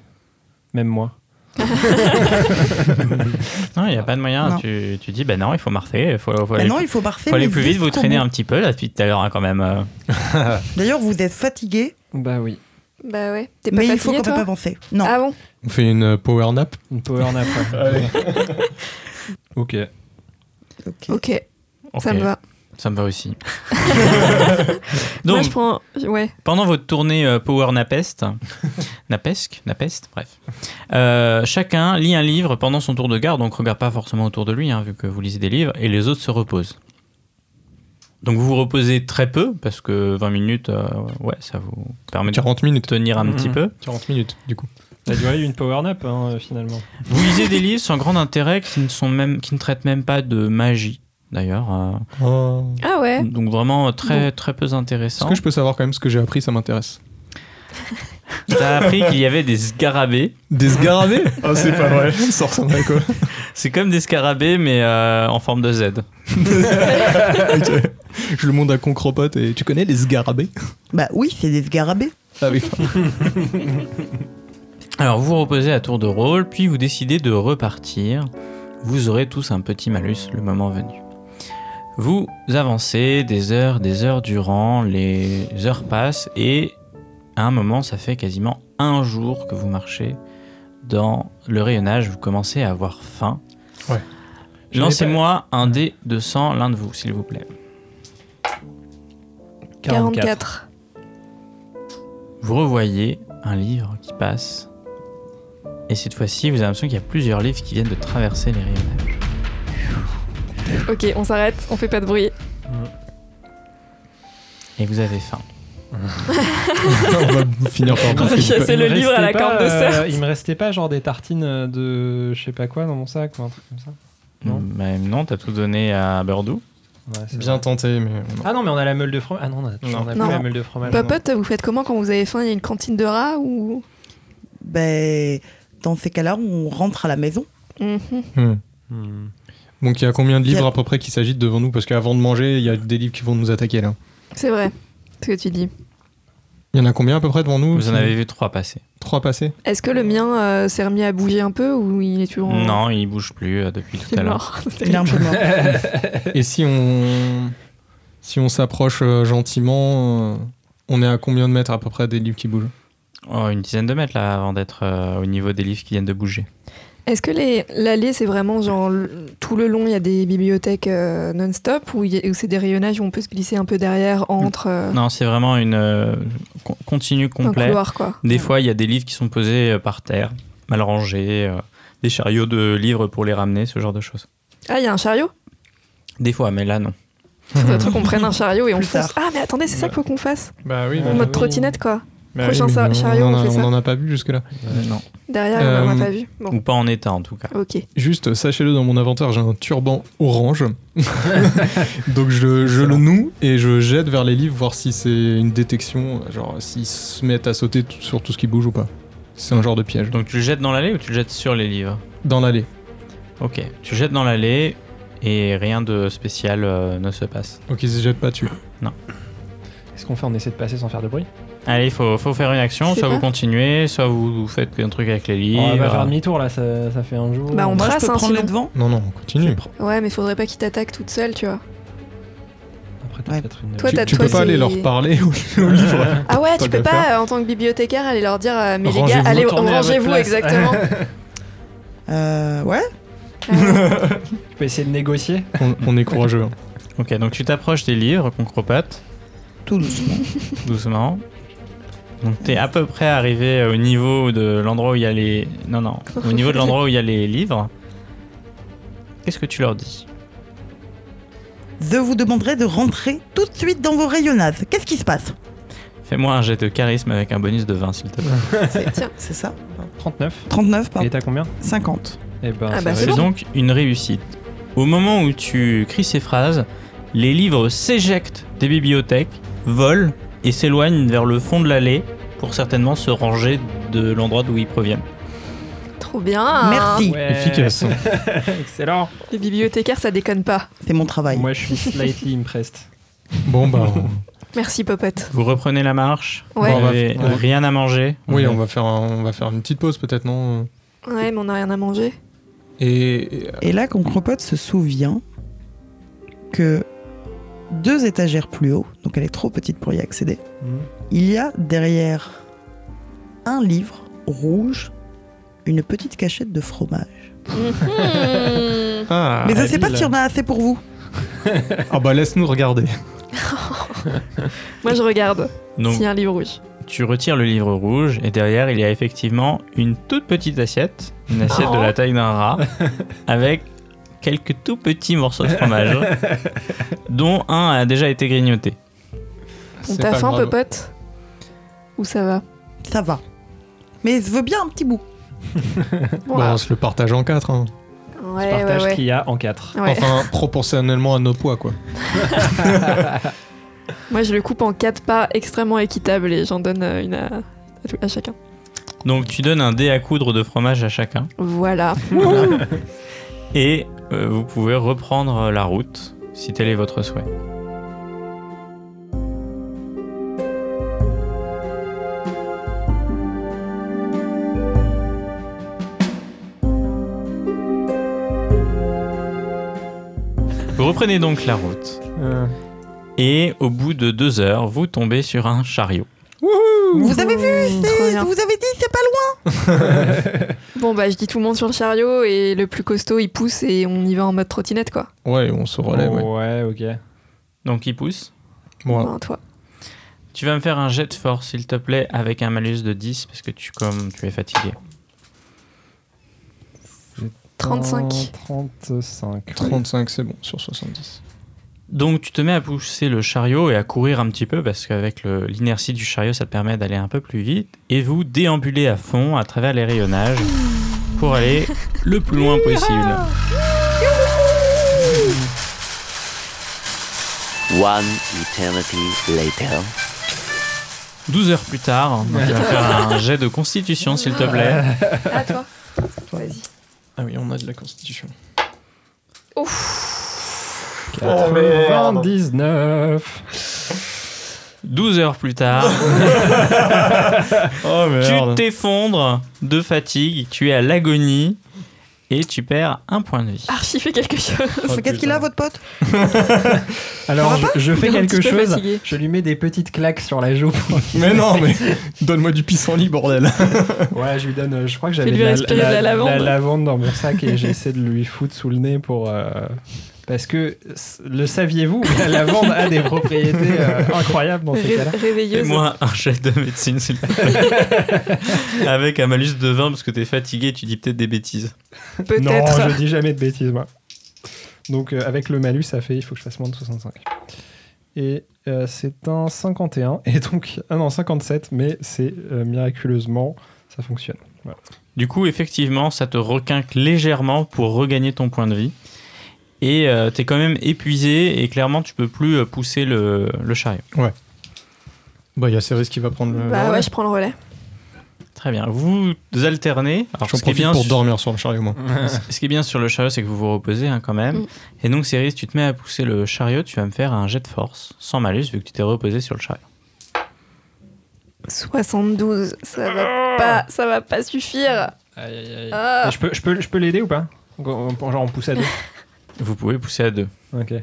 [SPEAKER 4] Même moi.
[SPEAKER 3] Non, il n'y a pas de moyen.
[SPEAKER 6] Non.
[SPEAKER 3] Tu, tu dis, ben non, il faut marcher, il faut, faut
[SPEAKER 6] Bah
[SPEAKER 3] aller,
[SPEAKER 6] non, il faut parfait.
[SPEAKER 3] faut aller
[SPEAKER 6] mais
[SPEAKER 3] plus vite, vous
[SPEAKER 6] jusqu'au
[SPEAKER 3] traînez
[SPEAKER 6] bout.
[SPEAKER 3] un petit peu là depuis tout à l'heure hein, quand même. euh.
[SPEAKER 6] D'ailleurs, vous êtes fatigué,
[SPEAKER 4] Bah oui,
[SPEAKER 7] Bah ouais, t'es pas
[SPEAKER 6] mais il faut
[SPEAKER 7] fatigué
[SPEAKER 6] quand même
[SPEAKER 7] toi
[SPEAKER 6] avancer. Non,
[SPEAKER 7] Ah bon
[SPEAKER 2] On fait une euh, power nap.
[SPEAKER 4] une power nap. (laughs) ouais. ok.
[SPEAKER 6] ok.
[SPEAKER 7] Ok, ça
[SPEAKER 3] Ok,
[SPEAKER 7] me va.
[SPEAKER 3] Ça me va aussi.
[SPEAKER 7] (laughs) Moi
[SPEAKER 3] Donc,
[SPEAKER 7] je prends. Ouais,
[SPEAKER 3] pendant votre tournée euh, Power Napest, Napesque, Napest, bref, euh, chacun lit un livre pendant son tour de garde, donc regarde pas forcément autour de lui, hein, vu que vous lisez des livres, et les autres se reposent. Donc vous vous reposez très peu, parce que 20 minutes, euh, ouais, ça vous permet de
[SPEAKER 2] 40 minutes.
[SPEAKER 3] tenir un
[SPEAKER 4] Mhm.
[SPEAKER 2] Mmh.
[SPEAKER 3] petit peu.
[SPEAKER 2] 40 minutes du coup.
[SPEAKER 4] La durée d'une power nap, hein, euh, finalement.
[SPEAKER 3] Vous lisez des livres sans grand intérêt qui ne, sont même, qui ne traitent même pas de magie, d'ailleurs. euh,
[SPEAKER 7] ah ouais.
[SPEAKER 3] donc vraiment très, très peu
[SPEAKER 2] Est-ce
[SPEAKER 3] intéressant.
[SPEAKER 2] que je peux savoir quand même ce que j'ai appris Ça m'intéresse.
[SPEAKER 3] T'as appris qu'il y avait des scarabées.
[SPEAKER 2] Des scarabées (laughs) Ah c'est pas vrai. Ça ressemble à (laughs) quoi
[SPEAKER 3] C'est comme des scarabées, mais euh, en forme de Z.
[SPEAKER 2] Ok. Je le montre à Concropote et tu connais les scarabées
[SPEAKER 6] Bah oui, c'est des scarabées.
[SPEAKER 2] Ah oui.
[SPEAKER 3] Alors vous vous reposez à tour de rôle, puis vous décidez de repartir. Vous aurez tous un petit malus le moment venu. Vous avancez des heures, des heures durant, les heures passent et à un moment ça fait quasiment un jour que vous marchez dans le rayonnage, vous commencez à avoir faim.
[SPEAKER 2] Ouais.
[SPEAKER 3] Lancez-moi un dé de 100, l'un de vous s'il vous plaît.
[SPEAKER 7] 44.
[SPEAKER 3] Vous revoyez un livre qui passe et cette fois-ci vous avez l'impression qu'il y a plusieurs livres qui viennent de traverser les rayonnages.
[SPEAKER 7] Ok, on s'arrête, on fait pas de bruit.
[SPEAKER 3] Et vous avez faim.
[SPEAKER 2] On va finir par
[SPEAKER 7] On va
[SPEAKER 2] bouffer.
[SPEAKER 7] chasser
[SPEAKER 4] Il
[SPEAKER 7] le
[SPEAKER 4] me
[SPEAKER 7] livre à la
[SPEAKER 4] restait pas,
[SPEAKER 7] corde de
[SPEAKER 4] euh,
[SPEAKER 7] sœur.
[SPEAKER 4] il me restait pas genre des tartines euh, de je sais pas quoi dans mon sac ou un truc comme ça. Non.
[SPEAKER 3] Non, non t'as tout donné à Berdou.
[SPEAKER 4] Ouais, c'est
[SPEAKER 2] Bien
[SPEAKER 4] vrai.
[SPEAKER 2] tenté mais.
[SPEAKER 4] Ah non, mais on a la meule de fromage. Ah non, on a, toujours
[SPEAKER 2] Non.
[SPEAKER 4] on a
[SPEAKER 7] Non.
[SPEAKER 4] plus la meule de fromage.
[SPEAKER 7] Papote, vous faites comment quand vous avez faim Il y a une cantine de rats ou.
[SPEAKER 6] Ben, dans ces cas-là, on rentre à la maison.
[SPEAKER 7] Mhm.
[SPEAKER 2] Hmm.
[SPEAKER 4] Hmm.
[SPEAKER 2] Donc il y a combien de
[SPEAKER 6] Il y a-
[SPEAKER 2] livres à peu près qui s'agitent devant nous Parce qu'avant de manger, il y a des livres qui vont nous attaquer là.
[SPEAKER 7] C'est vrai, ce que tu dis.
[SPEAKER 2] Il y en a combien à peu près devant nous
[SPEAKER 3] Vous en avez vu trois passer.
[SPEAKER 2] Trois passés
[SPEAKER 7] Est-ce que le mien euh, s'est remis à bouger un peu ou il est toujours. en-
[SPEAKER 3] Non, il bouge plus euh, depuis tout
[SPEAKER 7] il
[SPEAKER 3] à
[SPEAKER 7] est
[SPEAKER 3] l'heure.
[SPEAKER 7] Oh. (laughs) mort.
[SPEAKER 6] Il est un peu mort.
[SPEAKER 2] Et si on si on s'approche euh, gentiment, euh, on est à combien de mètres à peu près des livres qui bougent
[SPEAKER 3] Oh, une dizaine de mètres là avant d'être euh, au niveau des livres qui viennent de bouger.
[SPEAKER 7] Est-ce que les- l'allée, c'est vraiment genre le- tout le long, il y a des bibliothèques euh, non-stop ou il y a- ou c'est des rayonnages où on peut se glisser un peu derrière, entre euh,
[SPEAKER 3] Non, c'est vraiment une euh, con- continue
[SPEAKER 7] un
[SPEAKER 3] complète.
[SPEAKER 7] couloir quoi
[SPEAKER 3] Des fois, il y a des livres qui sont posés euh, par terre, mal rangés, euh, des chariots de livres pour les ramener, ce genre de choses.
[SPEAKER 7] Ah, il y a un chariot
[SPEAKER 3] Des fois, mais là, non.
[SPEAKER 2] (laughs)
[SPEAKER 7] Faudrait trop qu'on prenne un chariot et on
[SPEAKER 6] Plus
[SPEAKER 7] fonce.
[SPEAKER 6] tard.
[SPEAKER 7] Ah, mais attendez, c'est ça qu'il faut qu'on fasse
[SPEAKER 2] Bah oui,
[SPEAKER 7] En
[SPEAKER 2] bah
[SPEAKER 7] mode
[SPEAKER 2] oui.
[SPEAKER 7] trottinette quoi.
[SPEAKER 2] Bah
[SPEAKER 7] prochain
[SPEAKER 2] oui, mais
[SPEAKER 7] sa-
[SPEAKER 2] on-
[SPEAKER 7] chariot,
[SPEAKER 2] on en
[SPEAKER 7] on
[SPEAKER 2] a-
[SPEAKER 7] fait ça.
[SPEAKER 2] on en a pas vu jusque-là.
[SPEAKER 7] Euh,
[SPEAKER 3] Non.
[SPEAKER 7] Derrière, on
[SPEAKER 2] Euh,
[SPEAKER 7] n'a pas vu. Bon,
[SPEAKER 3] Ou pas en état, en tout cas.
[SPEAKER 7] ok.
[SPEAKER 2] Juste, sachez-le, dans mon inventaire, j'ai un turban orange. Donc je, je le noue et je jette vers les livres, voir si c'est une détection, genre s'ils se mettent à sauter t- sur tout ce qui bouge ou pas. C'est un genre de piège.
[SPEAKER 3] Donc tu le jettes dans l'allée ou tu le jettes sur les livres
[SPEAKER 2] Dans l'allée.
[SPEAKER 3] Ok. Tu le jettes dans l'allée et rien de spécial euh, ne se passe.
[SPEAKER 2] Donc ils se jettent pas dessus.
[SPEAKER 4] Qu'est-ce qu'on fait On essaie de passer sans faire de bruit
[SPEAKER 3] Allez, il faut, faut faire une action.
[SPEAKER 7] Je sais
[SPEAKER 3] Soit vous
[SPEAKER 7] pas.
[SPEAKER 3] continuez, soit vous, vous faites un truc avec les livres.
[SPEAKER 4] On va pas faire demi-tour là, ça, ça fait un jour.
[SPEAKER 7] Bah, on
[SPEAKER 6] Moi, je
[SPEAKER 7] trace,
[SPEAKER 6] peux
[SPEAKER 7] hein,
[SPEAKER 6] prendre
[SPEAKER 7] sinon.
[SPEAKER 6] les devants.
[SPEAKER 2] Non, non, on continue.
[SPEAKER 7] Ouais, mais faudrait pas qu'ils t'attaquent toute seule, tu vois.
[SPEAKER 4] Après, t'as
[SPEAKER 6] Ouais.
[SPEAKER 4] peut-être une.
[SPEAKER 7] Toi,
[SPEAKER 2] Tu,
[SPEAKER 7] t'as-
[SPEAKER 2] tu peux
[SPEAKER 7] toi,
[SPEAKER 2] pas aller
[SPEAKER 7] c'est-
[SPEAKER 2] leur parler au, au livre.
[SPEAKER 7] Ah ouais,
[SPEAKER 2] Pas
[SPEAKER 7] tu
[SPEAKER 2] de
[SPEAKER 7] peux
[SPEAKER 2] le
[SPEAKER 7] pas, euh, en tant que bibliothécaire, aller leur dire euh, Mais les gars,
[SPEAKER 2] Rangez-vous,
[SPEAKER 7] allez,
[SPEAKER 4] tournez à votre
[SPEAKER 7] rangez-vous,
[SPEAKER 4] place.
[SPEAKER 7] exactement.
[SPEAKER 2] (laughs)
[SPEAKER 6] Euh, ouais.
[SPEAKER 7] Ouais.
[SPEAKER 4] Tu peux essayer de négocier (laughs)
[SPEAKER 2] On, on est courageux. hein.
[SPEAKER 3] Ok, donc tu t'approches des livres, concropates,
[SPEAKER 6] Tout doucement.
[SPEAKER 3] doucement. Donc t'es à peu près arrivé au niveau de l'endroit où il y a les... Non, non, au niveau de l'endroit où il y a les livres. Qu'est-ce que tu leur dis
[SPEAKER 6] Je vous demanderai de rentrer tout de suite dans vos rayonnades. Qu'est-ce qui se passe
[SPEAKER 3] Fais-moi un jet de charisme avec un bonus de 20, s'il te plaît.
[SPEAKER 6] C'est ça
[SPEAKER 4] 39.
[SPEAKER 6] 39,
[SPEAKER 4] Et
[SPEAKER 6] pardon.
[SPEAKER 4] t'as combien
[SPEAKER 6] 50.
[SPEAKER 4] Eh ben,
[SPEAKER 7] Ah
[SPEAKER 4] ça
[SPEAKER 7] bah,
[SPEAKER 4] va
[SPEAKER 7] c'est
[SPEAKER 4] être-
[SPEAKER 3] C'est
[SPEAKER 7] bon.
[SPEAKER 3] donc une réussite. Au moment où tu cries ces phrases, les livres s'éjectent des bibliothèques, volent et s'éloignent vers le fond de l'allée pour certainement se ranger de l'endroit d'où ils proviennent.
[SPEAKER 7] Trop bien.
[SPEAKER 6] Merci.
[SPEAKER 4] Ouais.
[SPEAKER 2] Efficace.
[SPEAKER 4] (laughs) Excellent.
[SPEAKER 7] Les bibliothécaires, ça déconne pas.
[SPEAKER 6] C'est mon travail.
[SPEAKER 4] Moi, je suis slightly impressed.
[SPEAKER 2] Bon bah,
[SPEAKER 7] Merci, Popote.
[SPEAKER 3] Vous reprenez la marche,
[SPEAKER 7] Ouais.
[SPEAKER 3] vous
[SPEAKER 2] Bon, on va-
[SPEAKER 3] n'avez
[SPEAKER 2] ouais.
[SPEAKER 3] rien à manger.
[SPEAKER 2] on- oui, on va faire, un- on va faire une petite pause peut-être, non
[SPEAKER 7] Ouais, mais on n'a rien à manger.
[SPEAKER 2] Et, et-
[SPEAKER 6] Et là, Concrepote se souvient que deux étagères plus haut, donc elle est trop petite pour y accéder,
[SPEAKER 4] Mhm.
[SPEAKER 6] il y a derrière un livre rouge une petite cachette de fromage.
[SPEAKER 7] Mhm.
[SPEAKER 2] ah,
[SPEAKER 6] Mais je
[SPEAKER 2] la
[SPEAKER 6] sais pas
[SPEAKER 2] ville.
[SPEAKER 6] si on a assez pour vous.
[SPEAKER 2] Ah bah laisse-nous regarder.
[SPEAKER 7] Moi, je regarde
[SPEAKER 3] Donc
[SPEAKER 7] s'il y a un livre rouge.
[SPEAKER 3] tu retires le livre rouge et derrière il y a effectivement une toute petite assiette, une assiette de
[SPEAKER 7] Oh.
[SPEAKER 3] la taille d'un
[SPEAKER 7] (laughs)
[SPEAKER 3] rat, avec quelques tout petits morceaux de
[SPEAKER 7] (laughs)
[SPEAKER 3] fromage, dont un a déjà été grignoté.
[SPEAKER 7] On
[SPEAKER 2] C'est
[SPEAKER 7] t'a
[SPEAKER 2] pas
[SPEAKER 7] faim,
[SPEAKER 2] grave.
[SPEAKER 7] Popote Ou ça va
[SPEAKER 6] Ça va. Mais je veux bien un petit bout.
[SPEAKER 7] Bon,
[SPEAKER 2] Bon,
[SPEAKER 7] alors.
[SPEAKER 2] Bah, on se le partage en quatre. hein.
[SPEAKER 7] (laughs) Ouais,
[SPEAKER 4] Partage
[SPEAKER 7] ouais, ouais.
[SPEAKER 4] qu'il y a en 4.
[SPEAKER 7] Ouais.
[SPEAKER 2] Enfin, proportionnellement à nos poids, quoi.
[SPEAKER 7] Moi, je le coupe en quatre pas extrêmement équitables et j'en donne euh, une à, à tout- à chacun.
[SPEAKER 3] Donc tu donnes un dé à coudre de fromage à chacun
[SPEAKER 7] Voilà.
[SPEAKER 3] et euh, vous pouvez reprendre la route si tel est votre souhait. Vous reprenez donc la route et au bout de deux heures, vous tombez sur un chariot.
[SPEAKER 6] Vous avez vu
[SPEAKER 7] Mmh, Trop
[SPEAKER 6] c'est-
[SPEAKER 7] bien.
[SPEAKER 6] Vous avez dit, c'est pas
[SPEAKER 7] Bon, bah, je dis tout le monde sur le chariot et le plus costaud, il pousse et on y va en mode trottinette, quoi.
[SPEAKER 2] Ouais, on se relève, ouais.
[SPEAKER 4] ouais, ok.
[SPEAKER 3] Donc il pousse.
[SPEAKER 2] Bon,
[SPEAKER 7] Enfin, toi.
[SPEAKER 3] Tu vas me faire un jet de force, s'il te plaît, avec un malus de 10 parce que tu, comme, tu es fatigué.
[SPEAKER 7] 35.
[SPEAKER 4] 35.
[SPEAKER 2] 35, c'est bon, sur 70.
[SPEAKER 3] Donc tu te mets à pousser le chariot et à courir un petit peu parce qu'avec le- l'inertie du chariot ça te permet d'aller un peu plus vite et vous déambulez à fond à travers les rayonnages pour aller le plus loin possible.
[SPEAKER 9] One eternity later.
[SPEAKER 3] 12 heures plus tard, donc tu vas me faire un jet de constitution s'il te plaît.
[SPEAKER 7] À toi. Vas-y.
[SPEAKER 2] Ah oui, on a de la constitution. Oh, merde.
[SPEAKER 4] 99.
[SPEAKER 3] 12 heures plus tard,
[SPEAKER 2] Oh Ah,
[SPEAKER 3] tu t'effondres de fatigue, tu es à l'agonie et tu perds un point de vie.
[SPEAKER 7] Archiver quelque chose.
[SPEAKER 4] Oh,
[SPEAKER 6] Qu'est-ce qu'il a, votre pote
[SPEAKER 4] Alors,
[SPEAKER 6] Ça
[SPEAKER 4] je,
[SPEAKER 6] va
[SPEAKER 4] je fais
[SPEAKER 7] Il est un
[SPEAKER 4] quelque
[SPEAKER 7] petit peu
[SPEAKER 4] chose,
[SPEAKER 7] fatigué.
[SPEAKER 4] je lui mets des petites claques sur la joue.
[SPEAKER 2] Mais non, mais (laughs) donne-moi du pissenlit, bordel.
[SPEAKER 4] Ouais, je lui donne, euh, je crois que j'avais
[SPEAKER 7] lui respirer de la lavande.
[SPEAKER 4] lavande dans mon sac et j'essaie de lui foutre sous le nez pour. euh, parce que, s- le saviez-vous, la lavande a des propriétés euh, incroyables dans ces
[SPEAKER 7] Ré-
[SPEAKER 4] cas-là.
[SPEAKER 7] réveilleuse.
[SPEAKER 3] Fais-moi un jet de médecine, s'il te plaît. Avec un malus de 20 parce que t'es fatigué, tu dis peut-être des bêtises.
[SPEAKER 4] Non,
[SPEAKER 7] Peut-être.
[SPEAKER 4] je dis jamais de bêtises, moi. Donc, euh, avec le malus, ça fait, il faut que je fasse moins de 65. Et euh, c'est un 51, et donc, ah non, 57, mais c'est euh, miraculeusement, ça fonctionne.
[SPEAKER 3] Du coup, effectivement, ça te requinque légèrement pour regagner ton point de vie. Et euh, t'es quand même épuisé et clairement, tu peux plus euh, pousser le, le chariot.
[SPEAKER 2] Bah, il y a Cerise qui va prendre le.
[SPEAKER 7] Bah ouais, je prends le relais.
[SPEAKER 3] Très bien. Vous alternez. Alors,
[SPEAKER 2] J'en
[SPEAKER 3] ce qui est
[SPEAKER 2] profite
[SPEAKER 3] bien
[SPEAKER 2] pour
[SPEAKER 3] sur-
[SPEAKER 2] dormir sur le chariot, moi.
[SPEAKER 3] Ce qui est bien sur le chariot, c'est que vous vous reposez hein, quand même.
[SPEAKER 7] Ah. Mm.
[SPEAKER 3] Et donc, Céris, tu te mets à pousser le chariot, tu vas me faire un jet de force, sans malus, vu que tu t'es reposé sur le chariot.
[SPEAKER 7] 72, ça va pas, ça va pas suffire.
[SPEAKER 4] Aïe, aïe, aïe.
[SPEAKER 7] Ah.
[SPEAKER 4] Je peux, je peux, je peux l'aider ou pas Genre, on pousse à deux.
[SPEAKER 3] Vous pouvez pousser à deux.
[SPEAKER 4] Ok.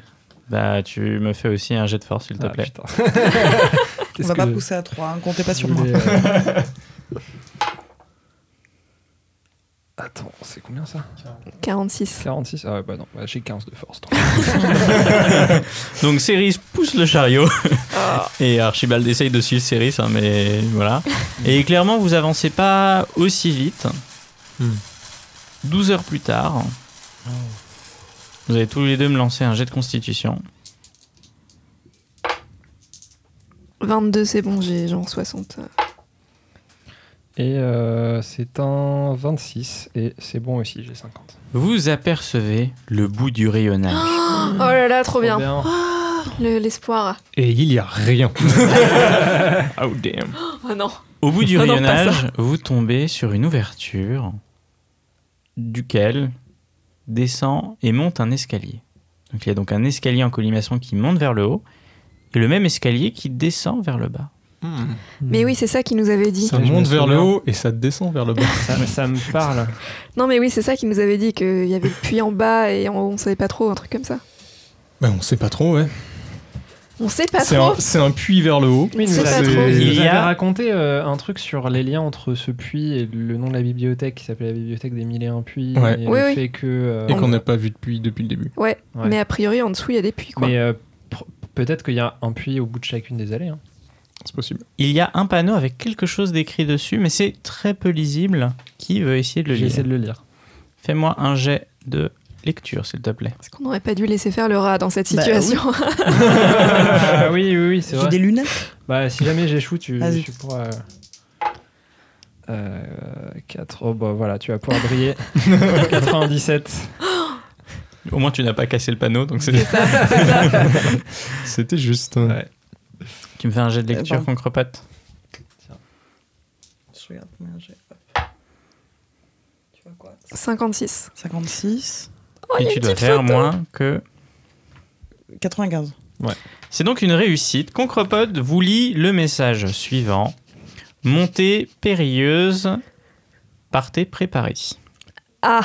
[SPEAKER 3] Bah, tu me fais aussi un jet de force, s'il te
[SPEAKER 4] Ah,
[SPEAKER 3] plaît.
[SPEAKER 4] putain. (laughs)
[SPEAKER 6] On
[SPEAKER 4] Qu'est-ce
[SPEAKER 6] va
[SPEAKER 4] que
[SPEAKER 6] pas
[SPEAKER 4] je-
[SPEAKER 6] pousser à 3, comptez pas
[SPEAKER 4] je
[SPEAKER 6] sur moi.
[SPEAKER 4] voulais, euh, (laughs) Attends, c'est combien ça
[SPEAKER 7] 46.
[SPEAKER 4] 46 Ah ouais, bah non, bah, j'ai 15 de force. tant
[SPEAKER 3] Donc, Céris pousse le chariot, (laughs)
[SPEAKER 7] Ah.
[SPEAKER 3] et Archibald essaye de suivre Céris, hein, mais
[SPEAKER 7] (laughs)
[SPEAKER 3] voilà. Et clairement, vous avancez pas aussi vite.
[SPEAKER 2] Hmm.
[SPEAKER 3] 12 heures plus tard, vous allez tous les deux me lancer un jet de constitution.
[SPEAKER 7] 22, c'est bon, j'ai genre 60.
[SPEAKER 4] pis. Et euh, c'est un 26, et c'est bon aussi, j'ai 50.
[SPEAKER 3] Vous apercevez le bout du rayonnage.
[SPEAKER 2] Ah.
[SPEAKER 7] Oh là là, trop bien. Oh,
[SPEAKER 4] bien.
[SPEAKER 7] Le- L'espoir.
[SPEAKER 2] Et il y a rien.
[SPEAKER 3] Oh damn.
[SPEAKER 7] Oh non.
[SPEAKER 3] Au bout du
[SPEAKER 7] Ah (laughs) non, pas
[SPEAKER 3] rayonnage, vous tombez sur une ouverture duquel descend et monte un escalier. Donc il y a donc un escalier en colimaçon qui monte vers le haut et le même escalier qui descend vers le bas.
[SPEAKER 7] Mais oui, c'est ça qu'il nous avait dit.
[SPEAKER 2] Ça
[SPEAKER 4] Je me
[SPEAKER 2] monte vers le
[SPEAKER 4] souviens.
[SPEAKER 2] haut et ça descend vers le
[SPEAKER 7] (laughs)
[SPEAKER 2] bas.
[SPEAKER 4] Ça, ça me parle.
[SPEAKER 7] Non, mais oui, c'est ça qu'il nous avait dit, qu'il y avait le puits en bas et on, on savait pas trop, un truc comme ça.
[SPEAKER 2] Bah, on sait pas trop, ouais.
[SPEAKER 7] On sait pas
[SPEAKER 2] C'est
[SPEAKER 7] trop.
[SPEAKER 2] un, c'est un puits vers le haut.
[SPEAKER 4] Oui,
[SPEAKER 7] nous C'est
[SPEAKER 4] nous
[SPEAKER 7] pas
[SPEAKER 4] avait,
[SPEAKER 7] avait- trop.
[SPEAKER 3] Il y a-
[SPEAKER 4] raconté euh, un truc sur les liens entre ce puits et le nom de la bibliothèque qui s'appelait la bibliothèque des mille et un puits.
[SPEAKER 2] Ouais.
[SPEAKER 4] Et
[SPEAKER 7] Oui,
[SPEAKER 4] le
[SPEAKER 7] oui.
[SPEAKER 4] fait que. euh,
[SPEAKER 2] Et qu'on n'a pas vu depuis, depuis le début.
[SPEAKER 7] Ouais.
[SPEAKER 4] Ouais.
[SPEAKER 7] mais a priori, en dessous, il y a des puits, quoi.
[SPEAKER 4] Mais euh, pr- peut-être qu'il y a un puits au bout de chacune des allées. hein.
[SPEAKER 2] C'est possible.
[SPEAKER 3] Il y a un panneau avec quelque chose d'écrit dessus, mais c'est très peu lisible. Qui veut essayer de le
[SPEAKER 4] J'ai
[SPEAKER 3] lire
[SPEAKER 4] essayé de le lire.
[SPEAKER 3] Fais-moi un jet de lecture, s'il te plaît.
[SPEAKER 7] Est-ce qu'on n'aurait pas dû laisser faire le rat dans cette
[SPEAKER 6] Bah,
[SPEAKER 7] situation (laughs)
[SPEAKER 4] (laughs) Ah, oui, oui, oui, c'est
[SPEAKER 6] J'ai
[SPEAKER 4] vrai.
[SPEAKER 6] des lunettes.
[SPEAKER 4] Bah, si jamais j'échoue, tu,
[SPEAKER 6] Vas-y.
[SPEAKER 4] tu pourras. 4. Oh, bah voilà, tu vas pouvoir briller. 97.
[SPEAKER 3] Au moins, tu n'as pas cassé le panneau, donc c'est... (laughs)
[SPEAKER 2] C'était juste. euh,
[SPEAKER 4] Ouais.
[SPEAKER 3] Tu me fais un jet de
[SPEAKER 7] Euh,
[SPEAKER 6] Eh
[SPEAKER 3] lecture,
[SPEAKER 6] ben.
[SPEAKER 3] contre patte
[SPEAKER 6] Je regarde combien j'ai. Hop. Tu vois quoi
[SPEAKER 7] 56.
[SPEAKER 6] 56,
[SPEAKER 7] Oh, il y
[SPEAKER 3] Et
[SPEAKER 7] a
[SPEAKER 3] tu
[SPEAKER 7] une
[SPEAKER 3] dois
[SPEAKER 7] petite
[SPEAKER 3] faire
[SPEAKER 7] photo.
[SPEAKER 3] moins que
[SPEAKER 6] 95.
[SPEAKER 3] C'est donc une réussite. Concrepod vous lit le message suivant. Montée périlleuse, partez préparés.
[SPEAKER 7] Ah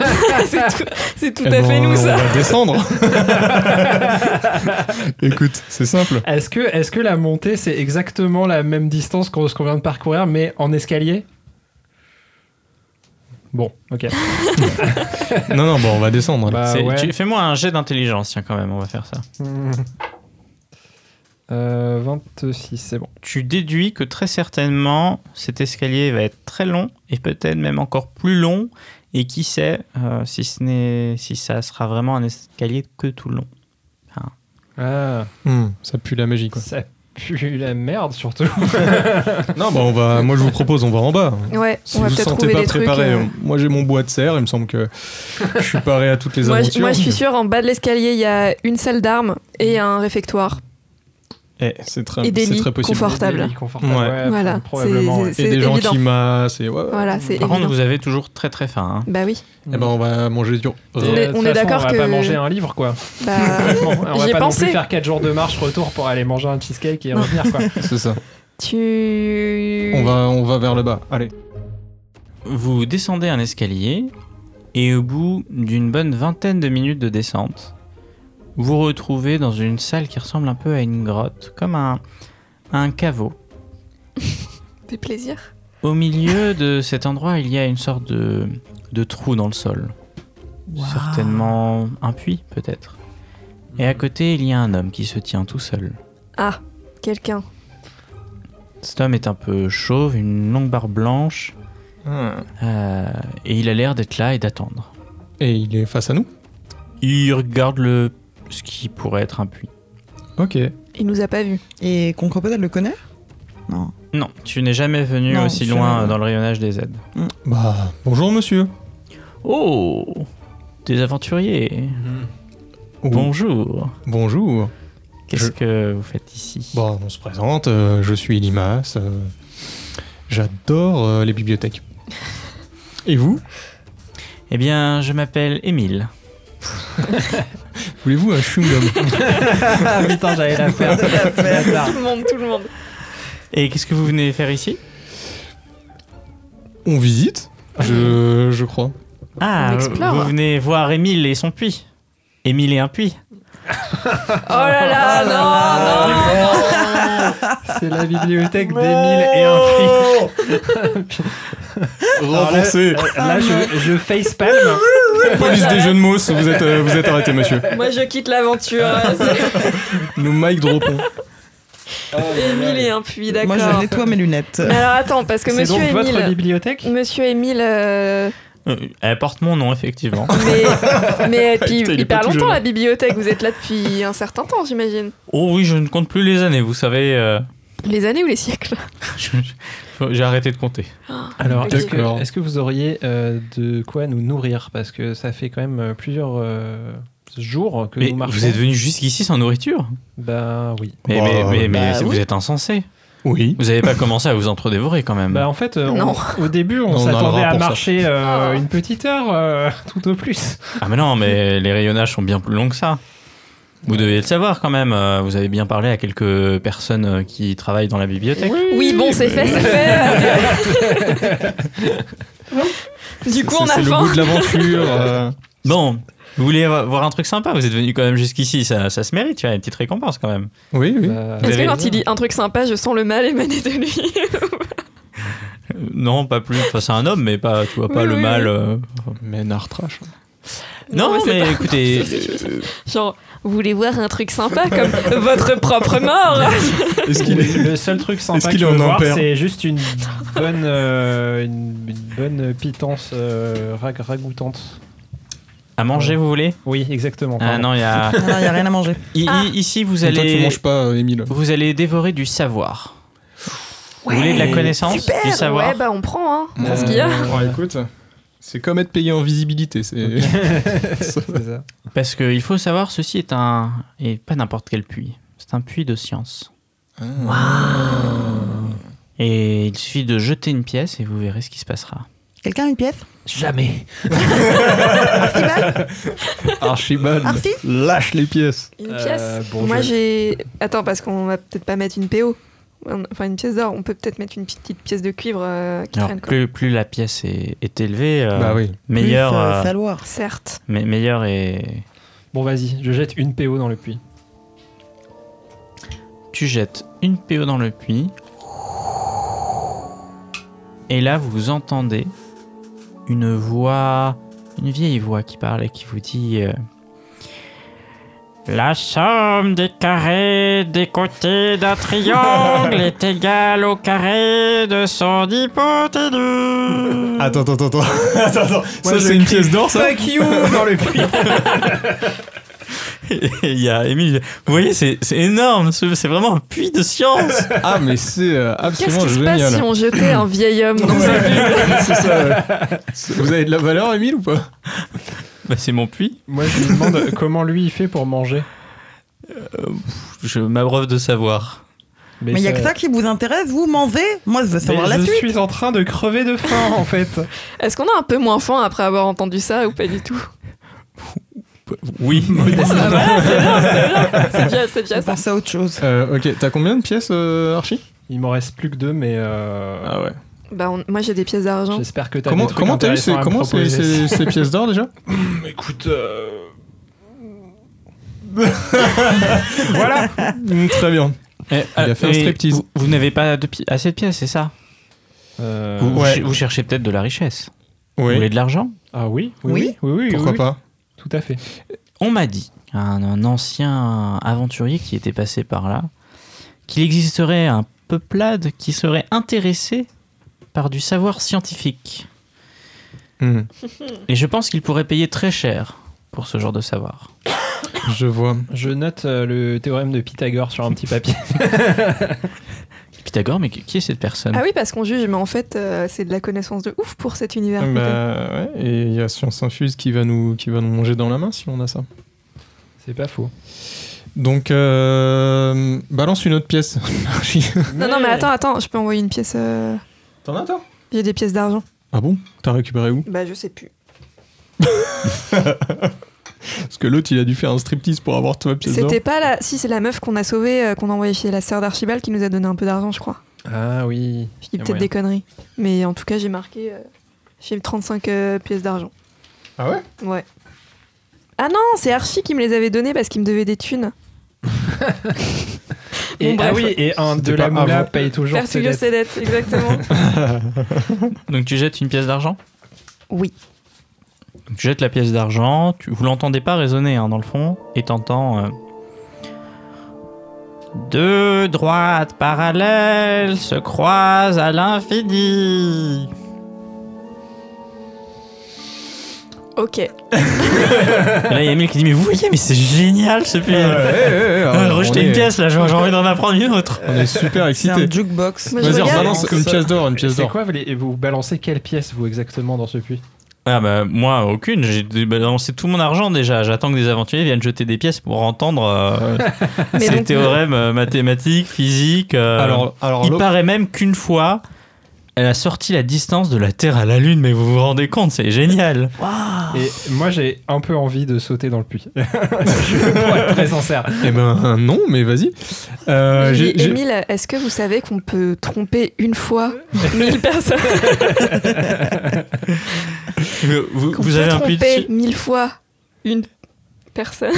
[SPEAKER 7] (laughs) C'est tout, c'est tout
[SPEAKER 2] Eh
[SPEAKER 7] à fait
[SPEAKER 2] ben,
[SPEAKER 7] nous, ça.
[SPEAKER 2] On va
[SPEAKER 7] (laughs)
[SPEAKER 2] descendre. (laughs) Écoute, c'est simple.
[SPEAKER 4] Est-ce que, est que la montée, c'est exactement la même distance qu'on ce qu'on vient de parcourir, mais en escalier Bon, ok.
[SPEAKER 2] Non, non, bon, on va descendre. là.
[SPEAKER 4] Bah,
[SPEAKER 3] C'est-
[SPEAKER 4] ouais.
[SPEAKER 3] tu- Fais-moi un jet d'intelligence, tiens, quand même, on va faire ça.
[SPEAKER 4] Hmm. Euh, 26, c'est bon.
[SPEAKER 3] Tu déduis que très certainement, cet escalier va être très long et peut-être même encore plus long. Et qui sait euh, si, ce n'est, si ça sera vraiment un escalier que tout le long.
[SPEAKER 4] Ah,
[SPEAKER 2] Hmm, ça pue la magie, quoi.
[SPEAKER 4] ça pue la merde, surtout.
[SPEAKER 2] Non, bah, on va, moi, je vous propose, on va en bas.
[SPEAKER 7] Ouais,
[SPEAKER 2] Si
[SPEAKER 7] on va
[SPEAKER 2] vous vous
[SPEAKER 7] peut-être
[SPEAKER 2] sentez
[SPEAKER 7] trouver
[SPEAKER 2] pas
[SPEAKER 7] des trucs.
[SPEAKER 2] préparé,
[SPEAKER 7] euh.
[SPEAKER 2] euh, moi j'ai mon bois de serre, il me semble que je suis paré à toutes les
[SPEAKER 7] Moi, je-
[SPEAKER 2] aventures.
[SPEAKER 7] moi, je suis sûre, en bas de l'escalier, il y a une salle d'armes et un réfectoire.
[SPEAKER 2] Eh, c'est très,
[SPEAKER 7] Et des
[SPEAKER 2] c'est
[SPEAKER 7] lits
[SPEAKER 2] très possible.
[SPEAKER 4] (laughs)
[SPEAKER 7] confort- Portable.
[SPEAKER 4] Oui, confortable,
[SPEAKER 2] Ouais.
[SPEAKER 4] ouais,
[SPEAKER 7] Voilà,
[SPEAKER 4] probablement.
[SPEAKER 7] c'est-
[SPEAKER 4] ouais.
[SPEAKER 2] Et des gens
[SPEAKER 7] évident.
[SPEAKER 2] qui massent. Et ouais.
[SPEAKER 7] Voilà, c'est
[SPEAKER 3] Par
[SPEAKER 7] évident.
[SPEAKER 3] contre, vous avez toujours très très faim. hein.
[SPEAKER 7] Bah oui.
[SPEAKER 2] Eh ben on va manger du.
[SPEAKER 4] Et,
[SPEAKER 7] On
[SPEAKER 4] de
[SPEAKER 7] est-
[SPEAKER 4] toute
[SPEAKER 7] on
[SPEAKER 4] façon,
[SPEAKER 7] est d'accord
[SPEAKER 4] on va
[SPEAKER 7] que-
[SPEAKER 4] pas manger un livre, quoi.
[SPEAKER 7] Bah,
[SPEAKER 4] Bon, on va
[SPEAKER 7] J'y ai
[SPEAKER 4] pas non
[SPEAKER 7] pensé.
[SPEAKER 4] plus faire 4 jours de marche retour pour aller manger un cheesecake et
[SPEAKER 7] Non.
[SPEAKER 4] revenir,
[SPEAKER 7] (laughs)
[SPEAKER 4] quoi.
[SPEAKER 2] C'est ça.
[SPEAKER 7] tu.
[SPEAKER 2] On va, on va vers le bas. Allez.
[SPEAKER 3] Vous descendez un escalier Et au bout d'une bonne vingtaine de minutes de descente, vous vous retrouvez dans une salle qui ressemble un peu à une grotte, comme un, un caveau.
[SPEAKER 7] Des plaisirs.
[SPEAKER 3] Au milieu de cet endroit, il y a une sorte de, de trou dans le sol.
[SPEAKER 6] Waouh.
[SPEAKER 3] Certainement un puits, peut-être. Et à côté, il y a un homme qui se tient tout seul.
[SPEAKER 7] Ah, quelqu'un.
[SPEAKER 3] Cet homme est un peu chauve, une longue barbe blanche, euh, et il a l'air d'être là et d'attendre.
[SPEAKER 2] Et il est face à nous
[SPEAKER 3] Il regarde le ce qui pourrait être un puits.
[SPEAKER 2] Ok.
[SPEAKER 7] Il nous a pas vus.
[SPEAKER 6] Et Concrepot, elle le (laughs) connaît Non.
[SPEAKER 3] Non, tu n'es jamais venu
[SPEAKER 6] Non,
[SPEAKER 3] aussi
[SPEAKER 6] je-
[SPEAKER 3] loin euh, dans le rayonnage des aides.
[SPEAKER 2] Bah, bonjour monsieur.
[SPEAKER 3] Oh Des aventuriers
[SPEAKER 2] Ou-
[SPEAKER 3] Bonjour
[SPEAKER 2] Bonjour.
[SPEAKER 3] Qu'est-ce
[SPEAKER 2] Je-
[SPEAKER 3] que vous faites ici
[SPEAKER 2] Bon, on se présente, euh, je suis Limas. euh, J'adore euh, les bibliothèques. Et vous
[SPEAKER 3] Eh bien, je m'appelle Émile.
[SPEAKER 2] Voulez-vous un chewing-gum
[SPEAKER 7] (laughs)
[SPEAKER 5] Ah putain, j'allais la
[SPEAKER 4] (laughs)
[SPEAKER 5] faire.
[SPEAKER 4] Ah,
[SPEAKER 7] Tout le monde, tout le monde.
[SPEAKER 3] Et qu'est-ce que vous venez faire ici
[SPEAKER 2] On visite je, je crois.
[SPEAKER 3] Ah,
[SPEAKER 7] On explore.
[SPEAKER 3] vous venez voir Émile et son puits. Émile et un puits.
[SPEAKER 7] Oh là là, non, non.
[SPEAKER 4] C'est la bibliothèque d'Émile et un prix.
[SPEAKER 7] (laughs)
[SPEAKER 2] Repensez
[SPEAKER 4] Euh,
[SPEAKER 7] Ah,
[SPEAKER 4] Là, je, je facepalm.
[SPEAKER 2] Police des jeux de mots, vous êtes, euh, vous êtes arrêté monsieur.
[SPEAKER 7] Moi, je quitte l'aventure. (laughs)
[SPEAKER 2] Nous Mike dropons.
[SPEAKER 7] Émile et un puits, d'accord.
[SPEAKER 6] Moi, je nettoie mes lunettes.
[SPEAKER 7] Mais alors attends, parce (laughs) que
[SPEAKER 4] C'est
[SPEAKER 7] monsieur
[SPEAKER 4] donc votre
[SPEAKER 7] Émile.
[SPEAKER 4] bibliothèque
[SPEAKER 7] Monsieur Émile. euh,
[SPEAKER 3] Euh, Elle porte mon nom, effectivement.
[SPEAKER 7] Mais, mais depuis
[SPEAKER 2] Putain, il est pas
[SPEAKER 7] hyper
[SPEAKER 2] tout
[SPEAKER 7] longtemps
[SPEAKER 2] jeune.
[SPEAKER 7] la bibliothèque, vous êtes là depuis un certain temps, j'imagine.
[SPEAKER 3] (laughs) oh oui, je ne compte plus les années, vous savez. euh, (laughs)
[SPEAKER 7] Les années ou les siècles
[SPEAKER 3] je- je- J'ai arrêté de compter.
[SPEAKER 4] Alors, est-ce
[SPEAKER 2] D'accord.
[SPEAKER 4] que, est-ce que vous auriez euh, de quoi nous nourrir Parce que ça fait quand même euh, plusieurs euh, jours que
[SPEAKER 3] Mais
[SPEAKER 4] nous marchons.
[SPEAKER 3] vous êtes venu jusqu'ici sans nourriture
[SPEAKER 4] Bah oui.
[SPEAKER 3] Mais,
[SPEAKER 2] Bah,
[SPEAKER 3] mais, mais,
[SPEAKER 2] euh,
[SPEAKER 3] mais
[SPEAKER 6] bah
[SPEAKER 3] c'est-
[SPEAKER 6] oui.
[SPEAKER 3] vous êtes insensé.
[SPEAKER 2] Oui.
[SPEAKER 3] Vous n'avez pas commencé à vous entredévorer quand même.
[SPEAKER 4] Bah en fait, euh, on-
[SPEAKER 7] Non.
[SPEAKER 4] au début, on,
[SPEAKER 2] On a le
[SPEAKER 4] s'attendait
[SPEAKER 2] droit
[SPEAKER 4] à
[SPEAKER 2] pour ça.
[SPEAKER 4] marcher euh,
[SPEAKER 7] Ah.
[SPEAKER 4] une petite heure, euh, (laughs) tout au plus.
[SPEAKER 3] Ah mais non, mais les rayonnages sont bien plus longs que ça. Vous devez le savoir quand même. euh, Vous avez bien parlé à quelques personnes euh, qui travaillent dans la bibliothèque.
[SPEAKER 7] Oui, bon, c'est fait, c'est fait. du coup, on
[SPEAKER 2] C'est
[SPEAKER 7] a
[SPEAKER 2] le
[SPEAKER 7] faim.
[SPEAKER 2] goût de l'aventure.
[SPEAKER 7] (laughs)
[SPEAKER 2] euh,
[SPEAKER 3] Bon, vous voulez vo- voir un truc sympa Vous êtes venu quand même jusqu'ici, ça, ça se mérite. Il y a une petite récompense quand même.
[SPEAKER 2] Oui, oui.
[SPEAKER 4] Bah,
[SPEAKER 3] Vous
[SPEAKER 7] Est-ce que
[SPEAKER 3] avez-
[SPEAKER 7] quand il dit un truc sympa, je sens le mal émaner de lui
[SPEAKER 3] Euh, Non, pas plus. Enfin, c'est un homme, mais pas, tu vois, pas
[SPEAKER 7] Oui,
[SPEAKER 3] le
[SPEAKER 7] oui,
[SPEAKER 3] mal. euh,
[SPEAKER 2] Mais Nartrash.
[SPEAKER 7] hein.
[SPEAKER 3] Non,
[SPEAKER 7] mais (laughs) c'est
[SPEAKER 3] mais,
[SPEAKER 7] pas-
[SPEAKER 3] écoutez, euh,
[SPEAKER 7] Genre, vous voulez voir un truc sympa comme (laughs) votre propre mort
[SPEAKER 2] Est-ce qu'il est.
[SPEAKER 4] le seul truc
[SPEAKER 2] Est-ce
[SPEAKER 4] sympa
[SPEAKER 2] qu'il
[SPEAKER 4] qu'il
[SPEAKER 2] est
[SPEAKER 4] faut
[SPEAKER 2] en
[SPEAKER 4] voir,
[SPEAKER 2] impair
[SPEAKER 4] c'est juste une bonne, euh, une, une bonne pitance euh, rag- ragoûtante.
[SPEAKER 3] à manger, vous voulez
[SPEAKER 4] Oui, exactement.
[SPEAKER 3] Ah
[SPEAKER 4] (laughs)
[SPEAKER 3] non, il
[SPEAKER 2] (laughs)
[SPEAKER 3] y a.
[SPEAKER 6] Il n'y a rien à manger.
[SPEAKER 3] I-
[SPEAKER 7] Ah.
[SPEAKER 3] i- Ici, vous
[SPEAKER 2] Toi, tu
[SPEAKER 3] allez,
[SPEAKER 2] manges pas, euh, Émile.
[SPEAKER 3] vous allez dévorer du savoir. vous voulez de la connaissance, du savoir
[SPEAKER 7] Ouais, bah on prend, hein. C'est ce qu'il y a.
[SPEAKER 2] Ouais, écoute, c'est comme être payé en visibilité. C'est.
[SPEAKER 4] C'est ça.
[SPEAKER 3] Parce qu'il faut savoir, ceci est un. et pas n'importe quel puits. C'est un puits de science.
[SPEAKER 7] Ah.
[SPEAKER 3] Et il suffit de jeter une pièce et vous verrez ce qui se passera.
[SPEAKER 6] Quelqu'un a une pièce
[SPEAKER 4] Jamais.
[SPEAKER 6] Archibald
[SPEAKER 2] (laughs)
[SPEAKER 3] Euh,
[SPEAKER 2] Archibald,
[SPEAKER 7] Ah.
[SPEAKER 6] Arsi
[SPEAKER 2] lâche les pièces.
[SPEAKER 7] Une
[SPEAKER 4] Euh,
[SPEAKER 7] pièce.
[SPEAKER 4] bon,
[SPEAKER 7] Moi
[SPEAKER 4] je-
[SPEAKER 7] j'ai. Attends, parce qu'on va peut-être pas mettre une PO. Enfin, une pièce d'or. On peut peut-être mettre une petite pièce de cuivre euh, qui
[SPEAKER 3] Alors,
[SPEAKER 7] traîne, quoi.
[SPEAKER 3] plus, plus la pièce est, est élevée, euh,
[SPEAKER 2] Bah oui.
[SPEAKER 3] meilleur,
[SPEAKER 6] Plus, euh,
[SPEAKER 3] euh,
[SPEAKER 6] falloir.
[SPEAKER 7] Certes.
[SPEAKER 3] me- meilleur est.
[SPEAKER 4] Bon, vas-y, je jette une PO dans le puits.
[SPEAKER 3] Tu jettes une PO dans le puits. Et là, vous entendez une voix, une vieille voix qui parle et qui vous dit euh, La somme des carrés des côtés d'un triangle est égale au carré de son hypoténuse.
[SPEAKER 2] Attends, attends, attends, (laughs) attends. attends, attends.
[SPEAKER 4] Moi,
[SPEAKER 2] Ah, Ça,
[SPEAKER 4] je
[SPEAKER 2] c'est une pièce d'or, ça
[SPEAKER 4] Fuck you dans le puits.
[SPEAKER 3] Et Il y a Émile, vous voyez, c'est c'est énorme, ce- c'est vraiment un puits
[SPEAKER 2] (laughs)
[SPEAKER 3] de science.
[SPEAKER 2] Ah, mais c'est euh,
[SPEAKER 7] Qu'est-ce
[SPEAKER 2] absolument
[SPEAKER 7] qui se passe
[SPEAKER 2] génial.
[SPEAKER 7] si on jetait un vieil homme (laughs) dans un
[SPEAKER 2] C'est ça, euh, c'est- Vous avez de la valeur, Émile, ou pas
[SPEAKER 3] Bah, c'est mon puits.
[SPEAKER 4] Moi, je me demande (laughs) comment lui il fait pour manger.
[SPEAKER 3] Je m'abreuve de savoir.
[SPEAKER 6] Mais il n'y a que ça qui vous intéresse, vous mangez Moi, je veux
[SPEAKER 4] Mais
[SPEAKER 6] savoir la
[SPEAKER 4] je
[SPEAKER 6] suite.
[SPEAKER 4] suis en train de crever de faim en fait.
[SPEAKER 7] Est-ce qu'on a un peu moins faim après avoir entendu ça ou pas du tout
[SPEAKER 2] (laughs)
[SPEAKER 3] Oui,
[SPEAKER 7] Ah, voilà, c'est bien, c'est bien. (laughs) C'est déjà, c'est déjà
[SPEAKER 6] Je
[SPEAKER 7] ça.
[SPEAKER 6] pense à autre chose.
[SPEAKER 2] Euh, Ok, t'as combien de pièces, euh, Archie
[SPEAKER 4] Il m'en reste plus que deux, mais euh,
[SPEAKER 2] Ah ouais.
[SPEAKER 7] Bah, on- moi j'ai des pièces
[SPEAKER 6] Ah.
[SPEAKER 7] d'argent.
[SPEAKER 4] J'espère que t'as
[SPEAKER 2] Comment
[SPEAKER 4] des trucs
[SPEAKER 2] comment t'as eu
[SPEAKER 4] intéressants
[SPEAKER 2] ces,
[SPEAKER 4] à me
[SPEAKER 2] comment ces,
[SPEAKER 4] proposer. Mmh,
[SPEAKER 2] ces- ces pièces d'or
[SPEAKER 4] (laughs)
[SPEAKER 2] déjà
[SPEAKER 4] Écoute, euh, (laughs)
[SPEAKER 2] Voilà Mm, Très bien. Il a fait un striptease.
[SPEAKER 3] Eh, Vous, vous n'avez pas de pi- assez de pièces, c'est ça
[SPEAKER 4] euh,
[SPEAKER 3] vous,
[SPEAKER 2] ouais.
[SPEAKER 3] ch- vous cherchez peut-être de la richesse. Vous
[SPEAKER 2] Oui.
[SPEAKER 3] voulez de l'argent
[SPEAKER 4] Ah oui, oui,
[SPEAKER 6] Oui.
[SPEAKER 4] oui, oui, oui,
[SPEAKER 2] Pourquoi
[SPEAKER 4] oui,
[SPEAKER 2] pas
[SPEAKER 4] Tout à fait.
[SPEAKER 3] On m'a dit, un, un ancien aventurier qui était passé par là, qu'il existerait un peuplade qui serait intéressé par du savoir scientifique.
[SPEAKER 2] Hmm,
[SPEAKER 3] Et je pense qu'il pourrait payer très cher pour ce genre de savoir.
[SPEAKER 2] Je vois.
[SPEAKER 4] Je note euh, le théorème de Pythagore sur un petit papier.
[SPEAKER 3] Pythagore, mais qui qui est cette personne
[SPEAKER 7] Ah oui, parce qu'on juge, mais en fait, euh, c'est de la connaissance de ouf pour cet univers.
[SPEAKER 2] Bah, ouais, et il y a Science Infuse qui va, nous, qui va nous manger dans la main si on a ça.
[SPEAKER 4] C'est pas faux.
[SPEAKER 2] Donc, euh, balance une autre pièce. (laughs)
[SPEAKER 7] Non, non, mais attends, attends, je peux envoyer une pièce. euh,
[SPEAKER 2] T'en as, toi
[SPEAKER 7] J'ai des pièces d'argent.
[SPEAKER 2] Ah bon T'as récupéré où
[SPEAKER 7] Bah, je sais plus.
[SPEAKER 2] Parce que l'autre, il a dû faire un striptease pour avoir ta pièce d'or.
[SPEAKER 7] C'était pas la. Si, c'est la meuf qu'on a sauvée, euh, qu'on a envoyée chez la sœur d'Archibald qui nous a donné un peu d'argent, je crois.
[SPEAKER 4] Ah oui.
[SPEAKER 7] Je
[SPEAKER 4] Y
[SPEAKER 7] dis
[SPEAKER 4] a
[SPEAKER 7] peut-être
[SPEAKER 4] moyen.
[SPEAKER 7] des conneries. Mais en tout cas, j'ai marqué. euh, j'ai eu 35 euh, pièces d'argent.
[SPEAKER 2] Ah ouais
[SPEAKER 7] Ouais. Ah non, c'est Archie qui me les avait données parce qu'il me devait des thunes.
[SPEAKER 4] Et,
[SPEAKER 7] Bon,
[SPEAKER 4] ah
[SPEAKER 7] bref.
[SPEAKER 4] oui, et un
[SPEAKER 2] C'était
[SPEAKER 4] de la
[SPEAKER 2] pas
[SPEAKER 4] moula
[SPEAKER 2] avant.
[SPEAKER 4] paye toujours
[SPEAKER 7] Faire
[SPEAKER 4] ses
[SPEAKER 7] figure
[SPEAKER 4] dettes.
[SPEAKER 7] ses dettes,
[SPEAKER 2] (laughs)
[SPEAKER 7] exactement.
[SPEAKER 3] Donc tu jettes une pièce d'argent
[SPEAKER 7] oui.
[SPEAKER 3] Donc, Tu jettes la pièce d'argent, tu, vous l'entendez pas résonner hein, dans le fond, et t'entends... euh, Deux droites parallèles se croisent à l'infini.
[SPEAKER 7] Ok.
[SPEAKER 3] Et là, il y a Emile qui dit Mais vous voyez, mais c'est génial ce film Euh,
[SPEAKER 2] Ah, on
[SPEAKER 3] Rejetez
[SPEAKER 2] est-
[SPEAKER 3] une pièce là, j'ai j'ai envie d'en apprendre une autre
[SPEAKER 2] On est super
[SPEAKER 6] C'est un
[SPEAKER 2] excités.
[SPEAKER 6] jukebox.
[SPEAKER 7] Moi, je
[SPEAKER 2] Vas-y,
[SPEAKER 7] regarde.
[SPEAKER 2] balance une
[SPEAKER 4] Ça-
[SPEAKER 2] pièce d'or, une pièce
[SPEAKER 4] C'est
[SPEAKER 2] d'or.
[SPEAKER 4] quoi, vous, les- vous balancez quelle pièce, vous, exactement, dans ce puits
[SPEAKER 3] Ah bah moi aucune, j'ai bah, balancé tout mon argent déjà, j'attends que des aventuriers viennent jeter des pièces pour entendre euh,
[SPEAKER 7] Mais
[SPEAKER 3] ces
[SPEAKER 7] donc-
[SPEAKER 3] théorèmes euh, mathématiques, physiques. euh,
[SPEAKER 2] Alors, alors
[SPEAKER 3] il
[SPEAKER 2] l'autre-
[SPEAKER 3] paraît même qu'une fois, elle a sorti la distance de la Terre à la Lune, mais vous vous rendez compte, c'est génial.
[SPEAKER 7] Ah.
[SPEAKER 4] Et moi, j'ai un peu envie de sauter dans le puits. (laughs) Pour être très
[SPEAKER 7] (laughs)
[SPEAKER 4] sincère.
[SPEAKER 2] Eh ben non, mais vas-y. Euh,
[SPEAKER 7] Je dis,
[SPEAKER 2] j'ai- j'ai-
[SPEAKER 7] Émile, est-ce que vous savez qu'on peut tromper une fois 1000 personnes
[SPEAKER 3] (laughs) Vous, vous-
[SPEAKER 7] Qu'on
[SPEAKER 3] vous
[SPEAKER 7] peut
[SPEAKER 3] avez un puits de
[SPEAKER 7] tromper
[SPEAKER 3] chi-
[SPEAKER 7] 1000 fois une personne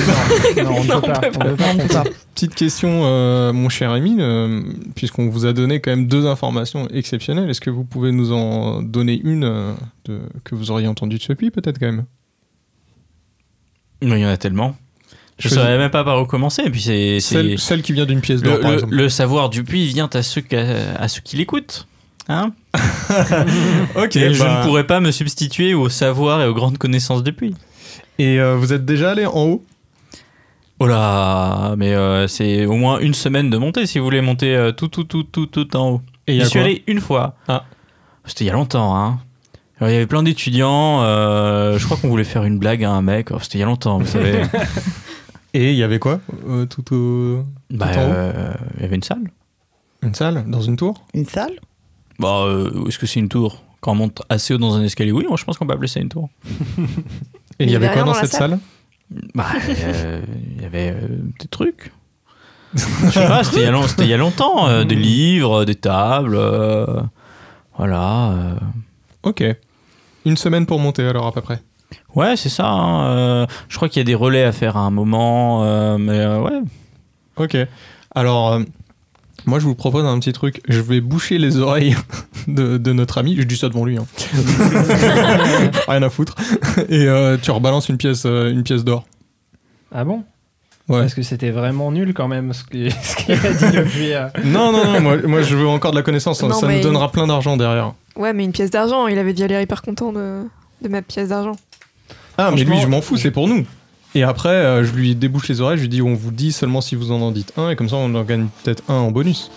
[SPEAKER 4] Non, on ne peut
[SPEAKER 7] Non, on
[SPEAKER 4] pas.
[SPEAKER 7] peut
[SPEAKER 4] on ne peut pas.
[SPEAKER 2] Petite question, euh, mon cher Émile, euh, puisqu'on vous a donné quand même deux informations exceptionnelles, est-ce que vous pouvez nous en donner une euh, de- que vous auriez entendue de ce puits, peut-être quand même
[SPEAKER 3] Mais il y en a tellement. Je ne
[SPEAKER 2] Choisis-
[SPEAKER 3] saurais même pas par où commencer, et puis c'est... c'est-
[SPEAKER 2] celle, celle qui vient d'une pièce
[SPEAKER 3] Le,
[SPEAKER 2] d'or, par
[SPEAKER 3] le-
[SPEAKER 2] exemple.
[SPEAKER 3] le savoir du puits vient à ceux, qui- à ceux qui l'écoutent. Hein
[SPEAKER 2] Ok,
[SPEAKER 3] Et je
[SPEAKER 2] bah-
[SPEAKER 3] ne pourrais pas me substituer au savoir et aux grandes connaissances du puits.
[SPEAKER 2] Et euh, vous êtes déjà allé en haut
[SPEAKER 3] Oh là, mais euh, c'est au moins une semaine de montée si vous voulez monter euh, tout, tout, tout, tout, tout en haut.
[SPEAKER 2] Et il y a
[SPEAKER 3] J'y suis
[SPEAKER 2] quoi
[SPEAKER 3] allé une fois.
[SPEAKER 2] Ah.
[SPEAKER 3] C'était il y a longtemps, hein. Alors, il y avait plein d'étudiants. euh, je crois qu'on voulait faire une blague à un mec. Oh, C'était il y a longtemps,
[SPEAKER 2] (laughs)
[SPEAKER 3] vous savez.
[SPEAKER 2] Et il y avait quoi euh, Tout au...
[SPEAKER 3] bah,
[SPEAKER 2] Tout en haut
[SPEAKER 3] euh, il y avait une salle.
[SPEAKER 2] Une salle Dans une tour
[SPEAKER 6] Une salle
[SPEAKER 3] Bah, euh, est-ce que c'est une tour Quand on monte assez haut dans un escalier, oui, moi je pense qu'on peut appeler ça une tour.
[SPEAKER 2] Et
[SPEAKER 7] Mais
[SPEAKER 2] il
[SPEAKER 7] il
[SPEAKER 2] y
[SPEAKER 7] y
[SPEAKER 2] avait
[SPEAKER 7] avait
[SPEAKER 2] quoi
[SPEAKER 7] rien
[SPEAKER 2] dans,
[SPEAKER 7] dans la
[SPEAKER 2] cette salle, (laughs)
[SPEAKER 3] Bah, euh, il y avait euh, des trucs. Je sais pas, c'était il y a long- c'était il y a longtemps.
[SPEAKER 2] (laughs)
[SPEAKER 3] euh, des livres, euh, des tables. euh, voilà. euh.
[SPEAKER 2] Ok. Une semaine pour monter alors à peu près.
[SPEAKER 3] Ouais, c'est ça. hein, euh, je crois qu'il y a des relais à faire à un moment. euh, mais euh, ouais.
[SPEAKER 2] Ok. Alors, euh, moi, je vous propose un petit truc. Je vais boucher les oreilles (laughs) de, de notre ami. Je dis ça devant lui.
[SPEAKER 7] (laughs)
[SPEAKER 2] hein. Rien à foutre. Et euh, tu rebalances une pièce, euh, une pièce d'or.
[SPEAKER 4] Ah bon
[SPEAKER 2] Ouais.
[SPEAKER 4] Parce que c'était vraiment nul quand même ce que- (laughs) ce qu'il a dit le puits. euh.
[SPEAKER 2] Non, non, non. Moi, moi, je veux encore de la connaissance. hein.
[SPEAKER 7] Non,
[SPEAKER 2] ça
[SPEAKER 7] mais-
[SPEAKER 2] nous donnera plein d'argent derrière.
[SPEAKER 7] Ouais, mais une pièce d'argent, il avait déjà l'air hyper content de, de ma pièce d'argent.
[SPEAKER 2] Ah, mais lui,
[SPEAKER 4] Franchement,
[SPEAKER 2] je m'en fous.
[SPEAKER 4] je-
[SPEAKER 2] C'est pour nous. Et après, euh, je lui débouche les oreilles. Je lui dis, on vous dit seulement si vous en en dites un. Et comme ça, on en gagne peut-être un en bonus.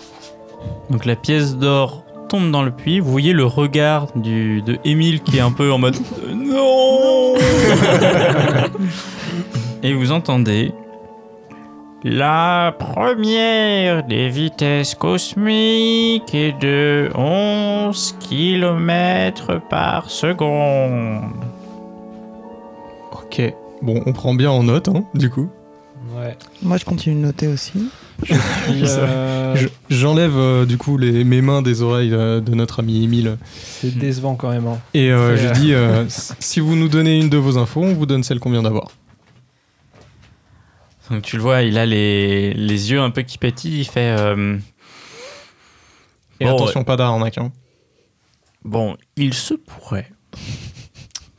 [SPEAKER 3] Donc la pièce d'or tombe dans le puits. Vous voyez le regard du, de Émile qui est un peu en mode euh, non. Et vous entendez la première des vitesses cosmiques est de 11 km par seconde.
[SPEAKER 2] Ok. Bon, on prend bien en note, hein, du coup.
[SPEAKER 4] Ouais.
[SPEAKER 6] Moi, je continue de noter aussi.
[SPEAKER 4] Puis, euh,
[SPEAKER 2] Je- J'enlève euh, du coup les, mes mains des oreilles euh, de notre ami Émile
[SPEAKER 4] C'est décevant quand même. hein.
[SPEAKER 2] et euh,
[SPEAKER 4] C'est,
[SPEAKER 2] je
[SPEAKER 4] euh,
[SPEAKER 2] dis
[SPEAKER 4] (laughs)
[SPEAKER 2] euh, s- si vous nous donnez une de vos infos, on vous donne celle qu'on vient d'avoir.
[SPEAKER 3] Donc tu le vois, il a les, les yeux un peu qui pétillent, il fait... euh,
[SPEAKER 2] Et
[SPEAKER 3] Bon,
[SPEAKER 2] attention, pas d'arnaque. Hein.
[SPEAKER 3] Bon, il se pourrait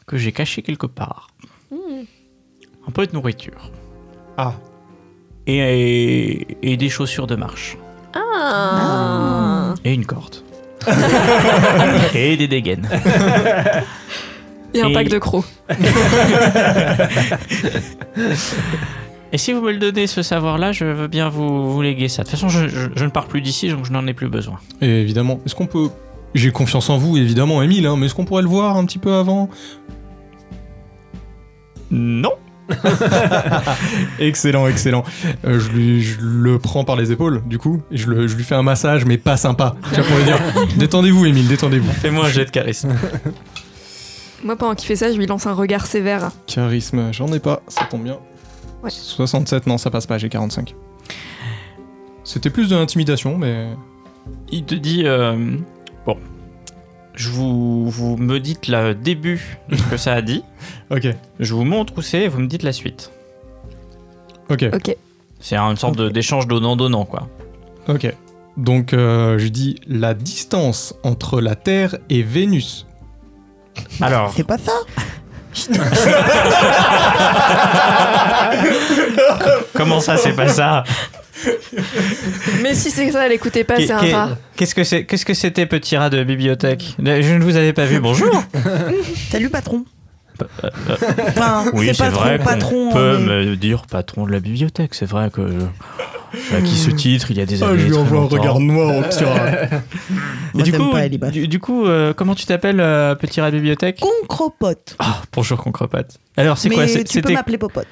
[SPEAKER 3] que j'ai caché quelque part
[SPEAKER 8] Hmm.
[SPEAKER 3] un peu de nourriture.
[SPEAKER 2] Ah.
[SPEAKER 3] Et, et, et des chaussures de marche.
[SPEAKER 8] Ah.
[SPEAKER 3] Et une corde.
[SPEAKER 8] (laughs)
[SPEAKER 3] et des dégaines.
[SPEAKER 7] Il y a un
[SPEAKER 3] Et-
[SPEAKER 7] pack de crocs.
[SPEAKER 3] Et si vous me le donnez, ce savoir-là, je veux bien vous, vous léguer ça. De toute façon, je, je- je ne pars plus d'ici, donc je n'en ai plus besoin.
[SPEAKER 2] Et évidemment, est-ce qu'on peut. J'ai confiance en vous, évidemment, Émile, hein, mais est-ce qu'on pourrait le voir un petit peu avant
[SPEAKER 3] Non
[SPEAKER 2] Excellent, excellent. Euh, je, lui, je le prends par les épaules, du coup, et je, le- je lui fais un massage, mais pas sympa. Tu vois, pour
[SPEAKER 4] (laughs)
[SPEAKER 2] lui dire détendez-vous, Émile, détendez-vous.
[SPEAKER 3] Fais-moi un jet de charisme.
[SPEAKER 7] Moi, pendant qu'il fait ça, je lui lance un regard sévère.
[SPEAKER 2] Charisme, j'en ai pas, ça tombe bien.
[SPEAKER 7] Ouais.
[SPEAKER 2] 67, non, ça passe pas, j'ai 45. C'était plus de l'intimidation, mais.
[SPEAKER 3] Il te dit euh, Bon, je vous, vous me dites le début de ce que ça a dit.
[SPEAKER 2] Ok,
[SPEAKER 3] Je vous montre où c'est et vous me dites la suite.
[SPEAKER 2] ok,
[SPEAKER 7] Ok.
[SPEAKER 3] C'est une sorte de- d'échange donnant-donnant, quoi.
[SPEAKER 2] ok. Donc, euh, je dis la distance entre la Terre et Vénus.
[SPEAKER 3] (laughs) Alors,
[SPEAKER 6] C'est pas ça
[SPEAKER 3] comment ça, c'est pas ça
[SPEAKER 7] Mais si c'est ça, elle écoutait pas,
[SPEAKER 3] Qu'est-
[SPEAKER 7] c'est un
[SPEAKER 3] qu'est-
[SPEAKER 7] rat.
[SPEAKER 3] Qu'est-ce que c'est Qu'est-ce que c'était, petit rat de bibliothèque Je ne vous avais pas (laughs) vu. Bonjour.
[SPEAKER 6] Salut, patron.
[SPEAKER 3] Bah, euh,
[SPEAKER 6] Enfin, c'est patron, patron. hein, mais-
[SPEAKER 3] me dire patron de la bibliothèque. C'est vrai que qui se titre il y a
[SPEAKER 2] Ah,
[SPEAKER 3] des
[SPEAKER 2] noir au petit
[SPEAKER 6] Moi,
[SPEAKER 3] du
[SPEAKER 6] t'aimes
[SPEAKER 3] coup,
[SPEAKER 6] pas Eliba.
[SPEAKER 3] du, du coup, euh, comment tu t'appelles, euh, petit rat de bibliothèque
[SPEAKER 6] Concropote.
[SPEAKER 3] Ah, Bonjour, Concrepat. Alors, c'est
[SPEAKER 6] Mais
[SPEAKER 3] quoi c'est-
[SPEAKER 6] tu peux
[SPEAKER 3] C'était
[SPEAKER 6] m'appeler Popote.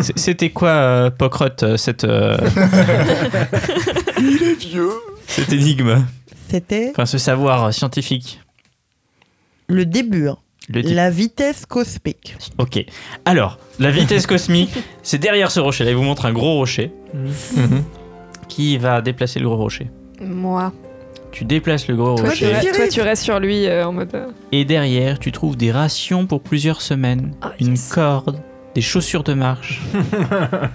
[SPEAKER 3] c'est- c'était quoi, euh, Pocrotte, euh, cette euh,
[SPEAKER 6] (laughs) Il est vieux.
[SPEAKER 3] cette énigme
[SPEAKER 6] C'était
[SPEAKER 3] Enfin, ce savoir euh, scientifique.
[SPEAKER 6] le début, hein.
[SPEAKER 3] Le type-
[SPEAKER 6] la vitesse cosmique.
[SPEAKER 3] Ok. Alors, la vitesse cosmique, c'est derrière ce rocher. Là, il vous montre un gros rocher.
[SPEAKER 6] Mhm.
[SPEAKER 3] Qui va déplacer le gros rocher
[SPEAKER 7] Moi.
[SPEAKER 3] Tu déplaces le gros
[SPEAKER 7] Toi,
[SPEAKER 6] Ouais,
[SPEAKER 7] tu,
[SPEAKER 3] rocher.
[SPEAKER 6] j'ai-
[SPEAKER 7] toi, tu restes sur lui euh, en mode. euh,
[SPEAKER 3] Et derrière, tu trouves des rations pour plusieurs semaines,
[SPEAKER 7] Ah,
[SPEAKER 3] une
[SPEAKER 7] yes.
[SPEAKER 3] corde, des chaussures de marche,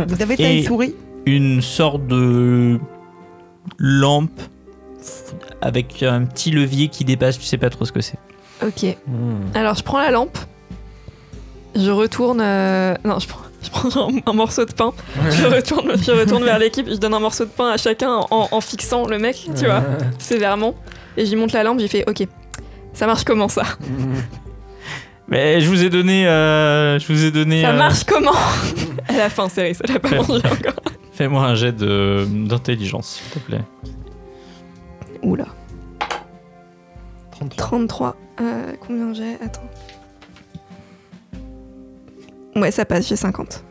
[SPEAKER 6] Vous avez
[SPEAKER 3] Et-
[SPEAKER 6] une souris
[SPEAKER 3] une sorte de lampe f- avec un petit levier qui dépasse, tu sais pas trop ce que c'est.
[SPEAKER 7] Ok. Alors, je prends la lampe. Je retourne. euh, Non, je prends, je prends (laughs) un, un morceau de pain. Je retourne, je retourne vers l'équipe. Je donne un morceau de pain à chacun en, en fixant le mec, tu vois, sévèrement. Et je lui monte la lampe. J'ai fait Ok, ça marche comment ça
[SPEAKER 3] Mais je vous ai donné, euh, je vous ai donné.
[SPEAKER 7] Ça
[SPEAKER 3] euh,
[SPEAKER 7] marche comment (laughs) Elle a faim, Céris. Elle a pas mangé encore.
[SPEAKER 3] Fais-moi un jet de- d'intelligence, s'il te plaît.
[SPEAKER 7] Oula.
[SPEAKER 4] 33.
[SPEAKER 7] 33. Euh, combien j'ai Attends. Ouais, ça passe, j'ai 50.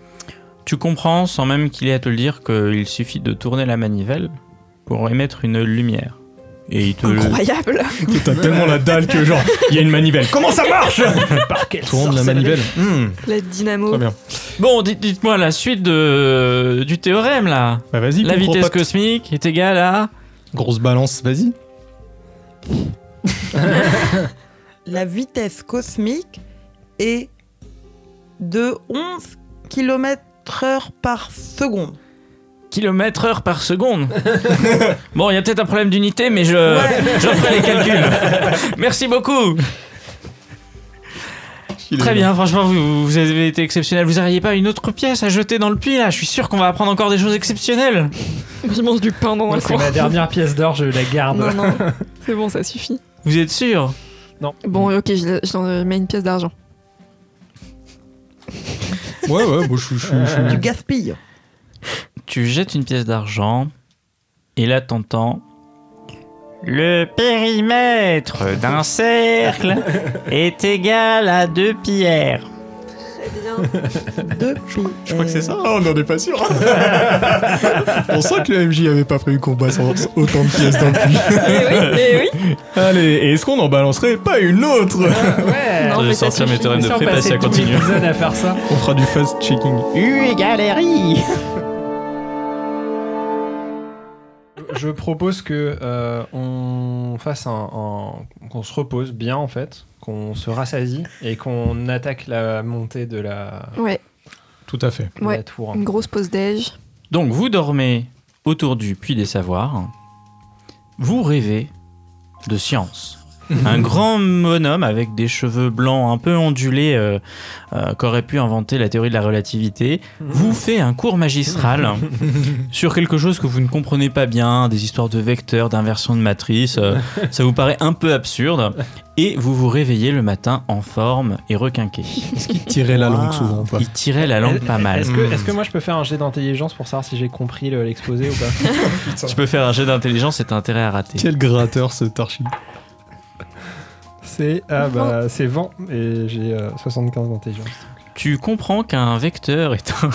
[SPEAKER 3] Tu comprends, sans même qu'il ait à te le dire, qu'il suffit de tourner la manivelle pour émettre une lumière. Et il
[SPEAKER 2] Euh,
[SPEAKER 3] te
[SPEAKER 7] Incroyable
[SPEAKER 2] T'as tellement la dalle que, genre, il y a une manivelle. Comment ça marche Par quelle Tourne la manivelle. Hmm,
[SPEAKER 7] La
[SPEAKER 2] très
[SPEAKER 7] dynamo.
[SPEAKER 2] bien.
[SPEAKER 3] Bon, dites- dites-moi la suite de, du théorème là.
[SPEAKER 2] Bah, vas-y,
[SPEAKER 3] La
[SPEAKER 2] Concropote.
[SPEAKER 3] vitesse cosmique est égale à.
[SPEAKER 2] Grosse balance, vas-y.
[SPEAKER 6] La vitesse cosmique est de 11 km heure
[SPEAKER 2] (laughs)
[SPEAKER 6] par seconde.
[SPEAKER 3] Kilomètre heure par seconde. bon, il y a peut-être un problème d'unité, mais je,
[SPEAKER 6] Ouais.
[SPEAKER 3] je ferai les calculs. Merci beaucoup. Très bien, franchement, vous, vous avez été exceptionnel. Vous n'auriez pas une autre pièce à jeter dans le puits là Je suis sûr qu'on va apprendre encore des choses exceptionnelles.
[SPEAKER 7] Je mange du pain dans
[SPEAKER 4] Moi,
[SPEAKER 7] le
[SPEAKER 4] c'est
[SPEAKER 7] coin.
[SPEAKER 4] ma dernière pièce d'or, je la garde.
[SPEAKER 7] Non, non,
[SPEAKER 2] (laughs)
[SPEAKER 7] c'est bon, ça suffit.
[SPEAKER 3] Vous êtes sûr
[SPEAKER 7] Bon, ok, je, je t'en- je mets une pièce d'argent.
[SPEAKER 2] Ouais, ouais, bon, je suis. je suis- je suis-
[SPEAKER 6] Tu gaspilles.
[SPEAKER 3] Tu jettes une pièce d'argent et là t'entends. Le périmètre d'un cercle est égal à deux pierres.
[SPEAKER 6] Deux
[SPEAKER 2] (laughs) Je crois que c'est ça.
[SPEAKER 6] (laughs)
[SPEAKER 2] Ah, on n'en est pas sûr. hein. (laughs) on sent que le MJ avait pas prévu qu'on passe autant de pièces dans le puits.
[SPEAKER 7] Mais
[SPEAKER 2] (laughs)
[SPEAKER 7] oui,
[SPEAKER 2] Allez, et est-ce qu'on en balancerait pas une (laughs) autre
[SPEAKER 4] Ah Ouais.
[SPEAKER 7] (laughs) Non,
[SPEAKER 3] Je vais
[SPEAKER 7] mais ça
[SPEAKER 3] sortir mes
[SPEAKER 7] suffit.
[SPEAKER 3] théorèmes de
[SPEAKER 4] Sans
[SPEAKER 3] pré,
[SPEAKER 4] passer
[SPEAKER 3] ça
[SPEAKER 4] tout
[SPEAKER 3] continue.
[SPEAKER 4] l'épisode à faire ça.
[SPEAKER 2] On fera du fast-checking.
[SPEAKER 1] U galerie
[SPEAKER 4] (laughs) je propose que euh, on fasse un, un- qu'on se repose bien en fait, qu'on se rassasie et qu'on attaque la montée de la,
[SPEAKER 7] Ouais,
[SPEAKER 2] Tout à fait.
[SPEAKER 4] de la
[SPEAKER 7] ouais.
[SPEAKER 4] tour.
[SPEAKER 7] Une grosse pause déj.
[SPEAKER 3] Donc vous dormez autour du puits des savoirs. Vous rêvez de science. un grand bonhomme avec des cheveux blancs un peu ondulés euh, euh, qu'aurait pu inventer la théorie de la relativité vous fait un cours magistral sur quelque chose que vous ne comprenez pas bien, des histoires de vecteurs, d'inversion de matrice. euh, ça vous paraît un peu absurde et vous vous réveillez le matin en forme et requinqué.
[SPEAKER 2] Tirer la langue
[SPEAKER 6] Ah.
[SPEAKER 2] souvent, quoi.
[SPEAKER 3] Il tirait la langue pas mal. Hmm.
[SPEAKER 4] Est-ce que, est-ce que moi je peux faire un jet d'intelligence pour savoir si j'ai compris le- l'exposé ou pas
[SPEAKER 3] Tu peux faire un jet d'intelligence et t'as intérêt à rater.
[SPEAKER 2] Quel gratteur cet archi.
[SPEAKER 4] C'est ah bah c'est vent et j'ai euh, 75 d'intelligence.
[SPEAKER 3] Tu comprends qu'un vecteur est un.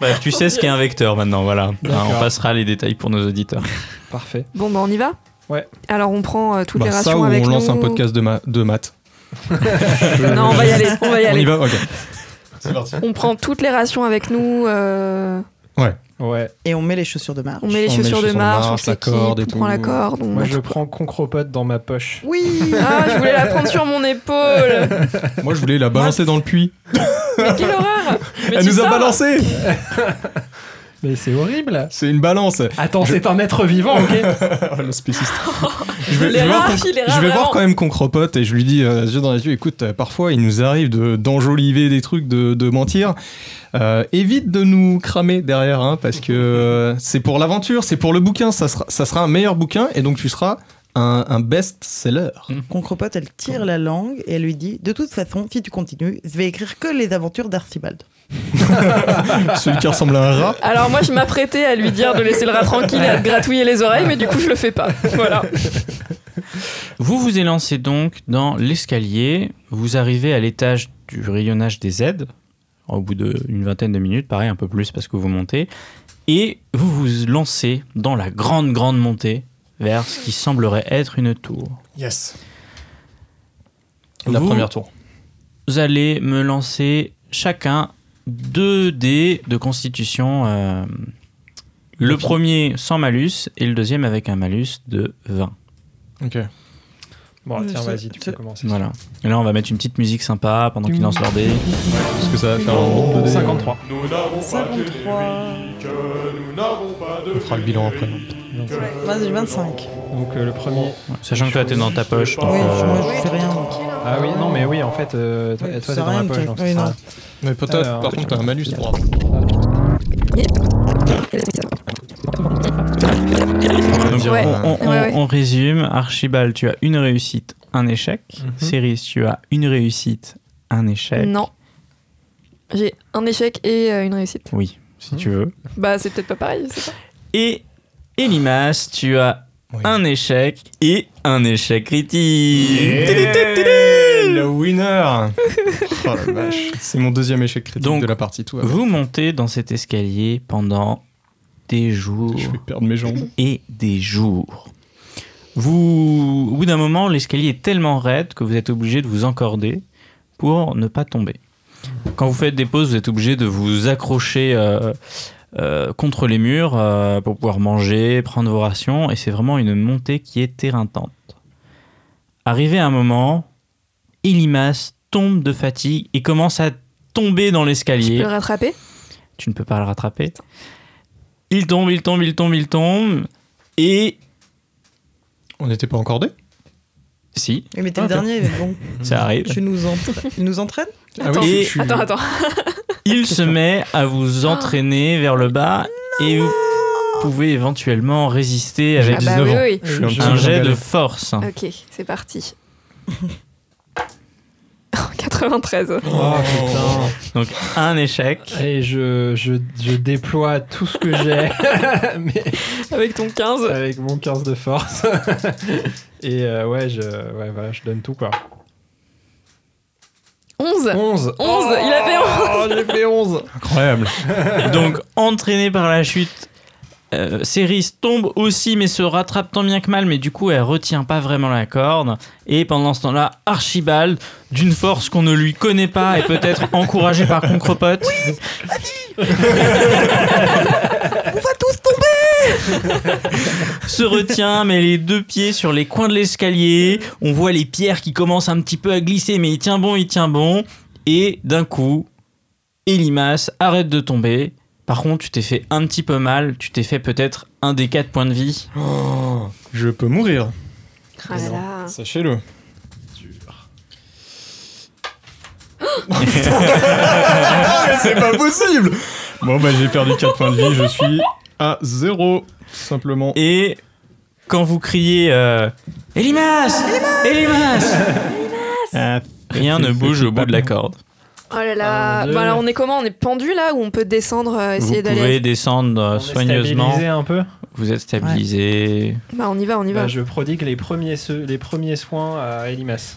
[SPEAKER 3] Bref, tu sais ce qu'est un vecteur maintenant, voilà. Hein,
[SPEAKER 4] D'accord.
[SPEAKER 3] on passera les détails pour nos auditeurs.
[SPEAKER 4] Parfait.
[SPEAKER 7] Bon, bah on y va
[SPEAKER 4] Ouais.
[SPEAKER 7] Alors on prend euh, toutes les
[SPEAKER 2] Bah,
[SPEAKER 7] rations
[SPEAKER 2] ça ou
[SPEAKER 7] avec
[SPEAKER 2] on lance
[SPEAKER 7] nous.
[SPEAKER 2] un
[SPEAKER 7] (laughs)
[SPEAKER 2] podcast de, ma- de maths.
[SPEAKER 7] Non, on va y aller. On va y
[SPEAKER 2] On
[SPEAKER 7] aller.
[SPEAKER 2] y va Ok. C'est parti.
[SPEAKER 7] On prend toutes les rations avec nous. euh,
[SPEAKER 4] Ouais.
[SPEAKER 6] Et on met les chaussures de marche.
[SPEAKER 7] on met les
[SPEAKER 2] On met
[SPEAKER 7] chaussures de marche, on
[SPEAKER 2] marche, la
[SPEAKER 7] s'équipe, on
[SPEAKER 2] corde et
[SPEAKER 7] prend
[SPEAKER 2] tout.
[SPEAKER 7] la corde. on
[SPEAKER 4] Moi
[SPEAKER 7] met
[SPEAKER 4] je
[SPEAKER 7] tout.
[SPEAKER 4] prends concropote dans ma poche.
[SPEAKER 6] Oui
[SPEAKER 7] Ah, je voulais la prendre sur
[SPEAKER 2] (laughs)
[SPEAKER 7] mon épaule.
[SPEAKER 2] Moi, je voulais la balancer dans le puits.
[SPEAKER 7] Mais quelle horreur Mais
[SPEAKER 2] Elle
[SPEAKER 7] tu
[SPEAKER 2] nous a
[SPEAKER 7] sors
[SPEAKER 2] balancé
[SPEAKER 4] Mais c'est horrible.
[SPEAKER 2] C'est une balance
[SPEAKER 4] Attends, c'est un être
[SPEAKER 3] (laughs)
[SPEAKER 4] vivant, ok
[SPEAKER 2] Oh, (laughs) le
[SPEAKER 7] (laughs)
[SPEAKER 2] spéciste. je vais,
[SPEAKER 7] Les
[SPEAKER 2] je vais voir,
[SPEAKER 7] rats,
[SPEAKER 2] Conc-
[SPEAKER 7] il est
[SPEAKER 2] je vais
[SPEAKER 7] rare,
[SPEAKER 2] voir
[SPEAKER 7] vraiment.
[SPEAKER 2] quand même Concropote et je lui dis, euh, les yeux dans les yeux, écoute, euh, parfois il nous arrive de- d'enjoliver des trucs, de, de mentir. Euh, évite de nous cramer derrière, hein, parce que euh, c'est pour l'aventure, c'est pour le bouquin, ça sera, ça sera un meilleur bouquin et donc tu seras un, un best-seller.
[SPEAKER 6] Concropote, elle tire la langue et elle lui dit De toute façon, si tu continues, je vais écrire que les aventures d'Archibald.
[SPEAKER 2] Celui qui ressemble à un rat.
[SPEAKER 7] Alors moi je m'apprêtais à lui dire de laisser le rat tranquille et à te gratouiller les oreilles, mais du coup je le fais pas. Voilà.
[SPEAKER 3] Vous vous élancez donc dans l'escalier. Vous arrivez à l'étage du rayonnage des Z. Au bout d'une vingtaine de minutes, pareil, un peu plus parce que vous montez. Et vous vous lancez dans la grande, grande montée vers ce qui semblerait être une tour.
[SPEAKER 2] Yes. La
[SPEAKER 3] Vous-
[SPEAKER 2] première tour.
[SPEAKER 3] vous allez me lancer chacun deux dés de constitution. euh, le premier sans malus et le deuxième avec un malus de 20.
[SPEAKER 2] Ok.
[SPEAKER 4] Bon, tiens,
[SPEAKER 6] Je-
[SPEAKER 4] vas-y, tu peux commencer.
[SPEAKER 3] Voilà. Et là, on va mettre une petite musique sympa pendant qu'ils lancent leur dés.
[SPEAKER 2] Parce que ça va faire un nombre de dés.
[SPEAKER 4] 53.
[SPEAKER 2] On fera le bilan après.
[SPEAKER 6] Vas-y, 25.
[SPEAKER 4] Donc euh, le premier.
[SPEAKER 3] Sachant que toi, t'es dans ta poche.
[SPEAKER 6] Oui,
[SPEAKER 3] donc, euh,
[SPEAKER 6] moi je fais rien.
[SPEAKER 4] Ah oui, non, mais oui, en fait, euh, toi,
[SPEAKER 6] Oui,
[SPEAKER 4] toi,
[SPEAKER 6] ça
[SPEAKER 4] t'es dans la
[SPEAKER 6] rime,
[SPEAKER 4] poche.
[SPEAKER 6] t'as-
[SPEAKER 4] donc
[SPEAKER 6] oui,
[SPEAKER 4] c'est ça.
[SPEAKER 6] non.
[SPEAKER 2] Mais peut-être,
[SPEAKER 4] Alors,
[SPEAKER 2] par contre, t'as un malus droit.
[SPEAKER 3] donc,
[SPEAKER 7] Ouais.
[SPEAKER 3] on, euh, on-
[SPEAKER 7] Ouais, ouais.
[SPEAKER 3] on résume. Archibald, tu as une réussite, un échec. Céris, tu as une réussite, un échec.
[SPEAKER 7] Non. J'ai un échec et euh, une réussite.
[SPEAKER 3] Oui, si tu veux.
[SPEAKER 7] Bah c'est peut-être pas pareil. je sais pas.
[SPEAKER 3] Et Elimas, tu as
[SPEAKER 2] Oui.
[SPEAKER 3] un échec et un échec critique.
[SPEAKER 2] Le winner Oh la vache. C'est mon deuxième échec critique
[SPEAKER 3] Donc,
[SPEAKER 2] de la partie tout.
[SPEAKER 3] Vous montez dans cet escalier pendant des jours
[SPEAKER 2] Je vais perdre mes jambes.
[SPEAKER 3] et des jours. Vous, au bout d'un moment, l'escalier est tellement raide que vous êtes obligé de vous encorder pour ne pas tomber. Quand vous faites des pauses, vous êtes obligé de vous accrocher euh, euh, contre les murs euh, pour pouvoir manger, prendre vos rations, et c'est vraiment une montée qui est éreintante. Arrivé à un moment, Elimas tombe de fatigue et commence à tomber dans
[SPEAKER 7] Je
[SPEAKER 3] l'escalier.
[SPEAKER 7] peux le rattraper
[SPEAKER 3] Tu ne peux pas le rattraper. Il tombe, il tombe, il tombe, il tombe. Et.
[SPEAKER 2] On n'était pas encordés
[SPEAKER 3] Si,
[SPEAKER 6] Oui, mais t'es le dernier, bon.
[SPEAKER 3] ça arrive.
[SPEAKER 6] (laughs) Tu nous, entra- tu nous entraînes
[SPEAKER 7] Attends,
[SPEAKER 3] oui, je
[SPEAKER 2] suis-
[SPEAKER 7] attends, attends.
[SPEAKER 3] Il se met à
[SPEAKER 7] Oh.
[SPEAKER 3] vous entraîner vers le bas et vous pouvez éventuellement résister
[SPEAKER 2] J'ai
[SPEAKER 3] avec
[SPEAKER 7] Ah bah
[SPEAKER 2] 19
[SPEAKER 7] oui,
[SPEAKER 2] ans.
[SPEAKER 7] oui.
[SPEAKER 2] Je suis un petit
[SPEAKER 3] un jet de
[SPEAKER 2] galère.
[SPEAKER 3] force.
[SPEAKER 7] Ok, c'est parti. (laughs) 93.
[SPEAKER 4] Oh putain.
[SPEAKER 3] Donc un échec.
[SPEAKER 4] Et je, je, je déploie tout ce que j'ai (laughs) mais
[SPEAKER 7] Avec ton 15.
[SPEAKER 4] avec mon 15 de force. (laughs) Et euh, ouais, je, ouais voilà, je donne tout quoi.
[SPEAKER 7] 11.
[SPEAKER 4] 11
[SPEAKER 7] 11, il a fait
[SPEAKER 4] Oh,
[SPEAKER 7] 11.
[SPEAKER 4] j'ai fait 11
[SPEAKER 2] Ah, Incroyable.
[SPEAKER 6] (laughs)
[SPEAKER 3] Donc entraîné par la chute. Euh, Céris tombe aussi mais se rattrape tant bien que mal mais du coup elle retient pas vraiment la corde et pendant ce temps-là Archibald d'une force qu'on ne lui connaît pas et
[SPEAKER 6] (laughs)
[SPEAKER 3] peut-être encouragé (laughs) par Concrepote
[SPEAKER 6] On va tous tomber
[SPEAKER 3] se retient, met les deux pieds sur les coins de l'escalier. On voit les pierres qui commencent un petit peu à glisser, mais il tient bon, il tient bon. Et d'un coup, Elimas arrête de tomber. Par contre, tu t'es fait un petit peu mal. Tu t'es fait peut-être un des quatre points de vie.
[SPEAKER 2] Je peux mourir,
[SPEAKER 8] Ah là là.
[SPEAKER 2] sachez-le. c'est pas possible Bon bah j'ai perdu 4 points de vie, je suis à 0, simplement.
[SPEAKER 3] Et quand vous criez euh, Elimas Elimas Euh, Rien
[SPEAKER 2] C'est-
[SPEAKER 3] ne
[SPEAKER 2] c'est-
[SPEAKER 3] bouge
[SPEAKER 2] c'est
[SPEAKER 3] au bout
[SPEAKER 2] pas
[SPEAKER 3] de la
[SPEAKER 2] bon.
[SPEAKER 3] corde.
[SPEAKER 7] Oh là là.
[SPEAKER 4] Un, deux.
[SPEAKER 7] Bah alors on est comment On est pendu là ou on peut descendre, euh,
[SPEAKER 3] Vous
[SPEAKER 7] essayer d'aller.
[SPEAKER 3] pouvez descendre euh,
[SPEAKER 4] On est
[SPEAKER 3] soigneusement.
[SPEAKER 4] stabilisé un peu.
[SPEAKER 3] Vous êtes stabilisé.
[SPEAKER 7] Bah on y va, on y va.
[SPEAKER 4] Bah, je prodigue les premiers, so- les premiers soins à Elimas.